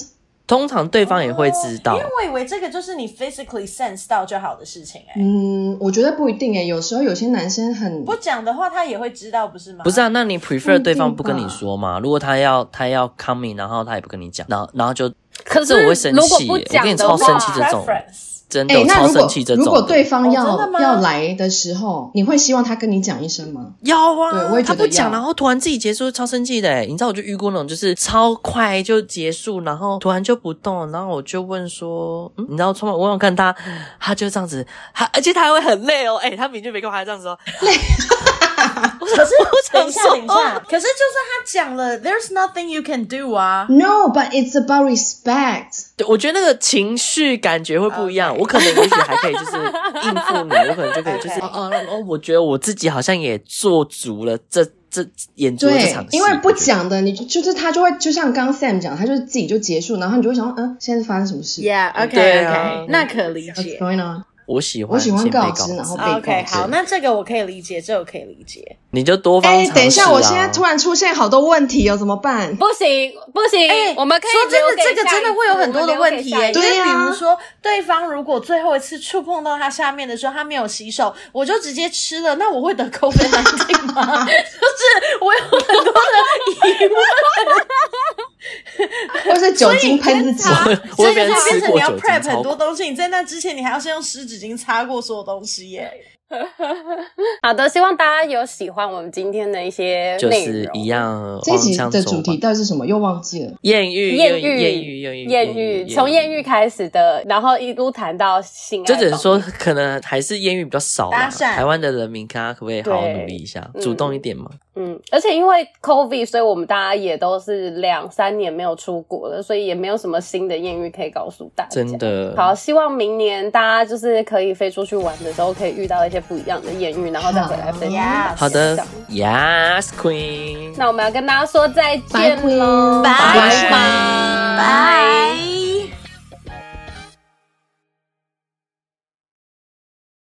Speaker 3: 通常对方也会知道
Speaker 6: 因。
Speaker 1: 哦
Speaker 6: 为我以为这个就是你 physically sense 到就好的事情哎、
Speaker 1: 嗯，我觉得不一定诶，有时候有些男生很
Speaker 6: 不讲的话他也会知道，不是吗？
Speaker 3: 不是啊，那你
Speaker 1: 不一
Speaker 3: prefer
Speaker 1: 定
Speaker 3: 对方不跟
Speaker 1: 吧
Speaker 3: 你说嘛？如果他要他要 coming，然后他也不跟你讲，然后然后就，
Speaker 2: 可
Speaker 3: 这
Speaker 2: 是
Speaker 3: 我会生气
Speaker 2: 如果
Speaker 3: 耶，
Speaker 2: 不
Speaker 3: 我
Speaker 2: 讲
Speaker 3: 跟你
Speaker 2: 的
Speaker 3: 超
Speaker 2: 话，
Speaker 3: 生气这种，
Speaker 6: preference。
Speaker 3: 真的
Speaker 1: 哎
Speaker 3: 我，
Speaker 1: 那
Speaker 3: 超
Speaker 1: 如
Speaker 3: 生
Speaker 1: 果
Speaker 3: 气这
Speaker 1: 如
Speaker 3: 种的。
Speaker 1: 果对方要、
Speaker 6: 哦真的吗
Speaker 1: 要来的时候，你会希望他跟你讲一声吗？
Speaker 3: 要
Speaker 1: 对
Speaker 3: 啊
Speaker 1: 我，也觉
Speaker 3: 他
Speaker 1: 得
Speaker 3: 不讲，
Speaker 1: 要
Speaker 3: 然后突然自己结束，超生气的欸。你知道，我就遇过那种，就是超快就结束，然后突然就不动，然后我就问说，嗯，你知道，充满我有看他，他就这样子，他而且他还会很累 哦，哎、他明明就没跟我还这样子哦，
Speaker 6: 可 是等一下，
Speaker 3: 说
Speaker 6: 等一下，
Speaker 4: 可是就算他讲了，there's nothing you can do 啊。
Speaker 3: 嗯
Speaker 1: No, but it's about respect.
Speaker 3: 对，我觉得那个情绪感觉会不一样。我可能也许还可以就是应付你，我可能就可以就
Speaker 6: OK
Speaker 3: 是哦哦哦，我觉得我自己好像也做足了这这演出了这
Speaker 1: 对
Speaker 3: 场，戏，
Speaker 1: 因为不
Speaker 3: 我觉得
Speaker 1: 讲的，你就就是他就会，就像刚刚 Sam 讲，他就是自己就结束，然后你就会想，嗯，现在是发生什么事
Speaker 4: Yeah, OK,
Speaker 3: 对
Speaker 4: OK，、
Speaker 3: 啊
Speaker 4: 那可理
Speaker 1: ？What's
Speaker 4: 解。
Speaker 1: going on？
Speaker 3: 我喜欢
Speaker 1: 我喜欢
Speaker 3: 先被
Speaker 1: 告
Speaker 3: 告
Speaker 1: 知，然后被
Speaker 3: 知
Speaker 1: 告
Speaker 6: 啊 OK，
Speaker 1: 知。
Speaker 6: 好，那这个我可以理解，这个我可以理解。
Speaker 3: 你就多方
Speaker 1: 哎、
Speaker 3: 尝
Speaker 1: 等一
Speaker 3: 试
Speaker 1: 下，我
Speaker 3: 啊
Speaker 1: 现在突然出现好多问题哦，怎么办？
Speaker 2: 不行不行，
Speaker 4: 哎
Speaker 2: 我们可以
Speaker 4: 说真
Speaker 2: 留
Speaker 4: 的
Speaker 2: 给
Speaker 4: 这个
Speaker 2: 下
Speaker 4: 真的
Speaker 2: 一次
Speaker 4: 会有很多的
Speaker 2: 我们留给
Speaker 4: 问题
Speaker 2: 下一
Speaker 4: 耶
Speaker 2: 次
Speaker 1: 对啊
Speaker 6: 因为
Speaker 1: 呀
Speaker 6: 比如说，对方如果最后一次触碰到他下面的时候，他没有洗手，我就直接吃了，那我会得 COVID 19吗？ 就是我有很多的疑问，
Speaker 1: 或者是酒精喷自己？
Speaker 6: 所
Speaker 3: 我会
Speaker 6: 以就
Speaker 3: 变
Speaker 6: 是变
Speaker 3: 成吃
Speaker 6: 成你
Speaker 3: 过
Speaker 6: 要
Speaker 3: 酒精
Speaker 6: prep
Speaker 3: 超
Speaker 6: 很多东西，你在那之前你还要先用湿纸巾擦过所有东西耶。
Speaker 2: 好的，希望大家有喜欢我们今天的一些
Speaker 3: 就
Speaker 2: 内
Speaker 3: 是
Speaker 2: 容。
Speaker 3: 一样
Speaker 1: 这
Speaker 3: 往
Speaker 1: 集
Speaker 3: 上走
Speaker 1: 的
Speaker 3: 吧。
Speaker 1: 主题到底是什么？又忘记了。
Speaker 3: 艳遇，
Speaker 2: 艳
Speaker 3: 遇，
Speaker 2: 遇，
Speaker 3: 艳遇，艳遇，
Speaker 2: 艳遇，从艳遇开始的，然后一路谈到性爱，
Speaker 3: 就只能说，可能还是艳遇比较少啦。
Speaker 6: 搭讪
Speaker 3: 台湾的人民，看他可不可以好好
Speaker 2: 对
Speaker 3: 努力一下，
Speaker 2: 嗯
Speaker 3: 主动一点嘛。
Speaker 2: 嗯，而且因为 COVID，所以我们大家也都是两三年没有出国了，所以也没有什么新的艳遇可以告诉大家。
Speaker 3: 真的，
Speaker 2: 好，希望明年大家就是可以飞出去玩的时候，可以遇到一些不一样的艳遇，然后再回来分享大家。
Speaker 3: 好的
Speaker 2: 这样
Speaker 3: ，Yes Queen。
Speaker 2: 那我们要跟大家说再
Speaker 1: 拜
Speaker 2: 见喽，
Speaker 1: 拜拜
Speaker 2: 拜拜。
Speaker 4: 拜。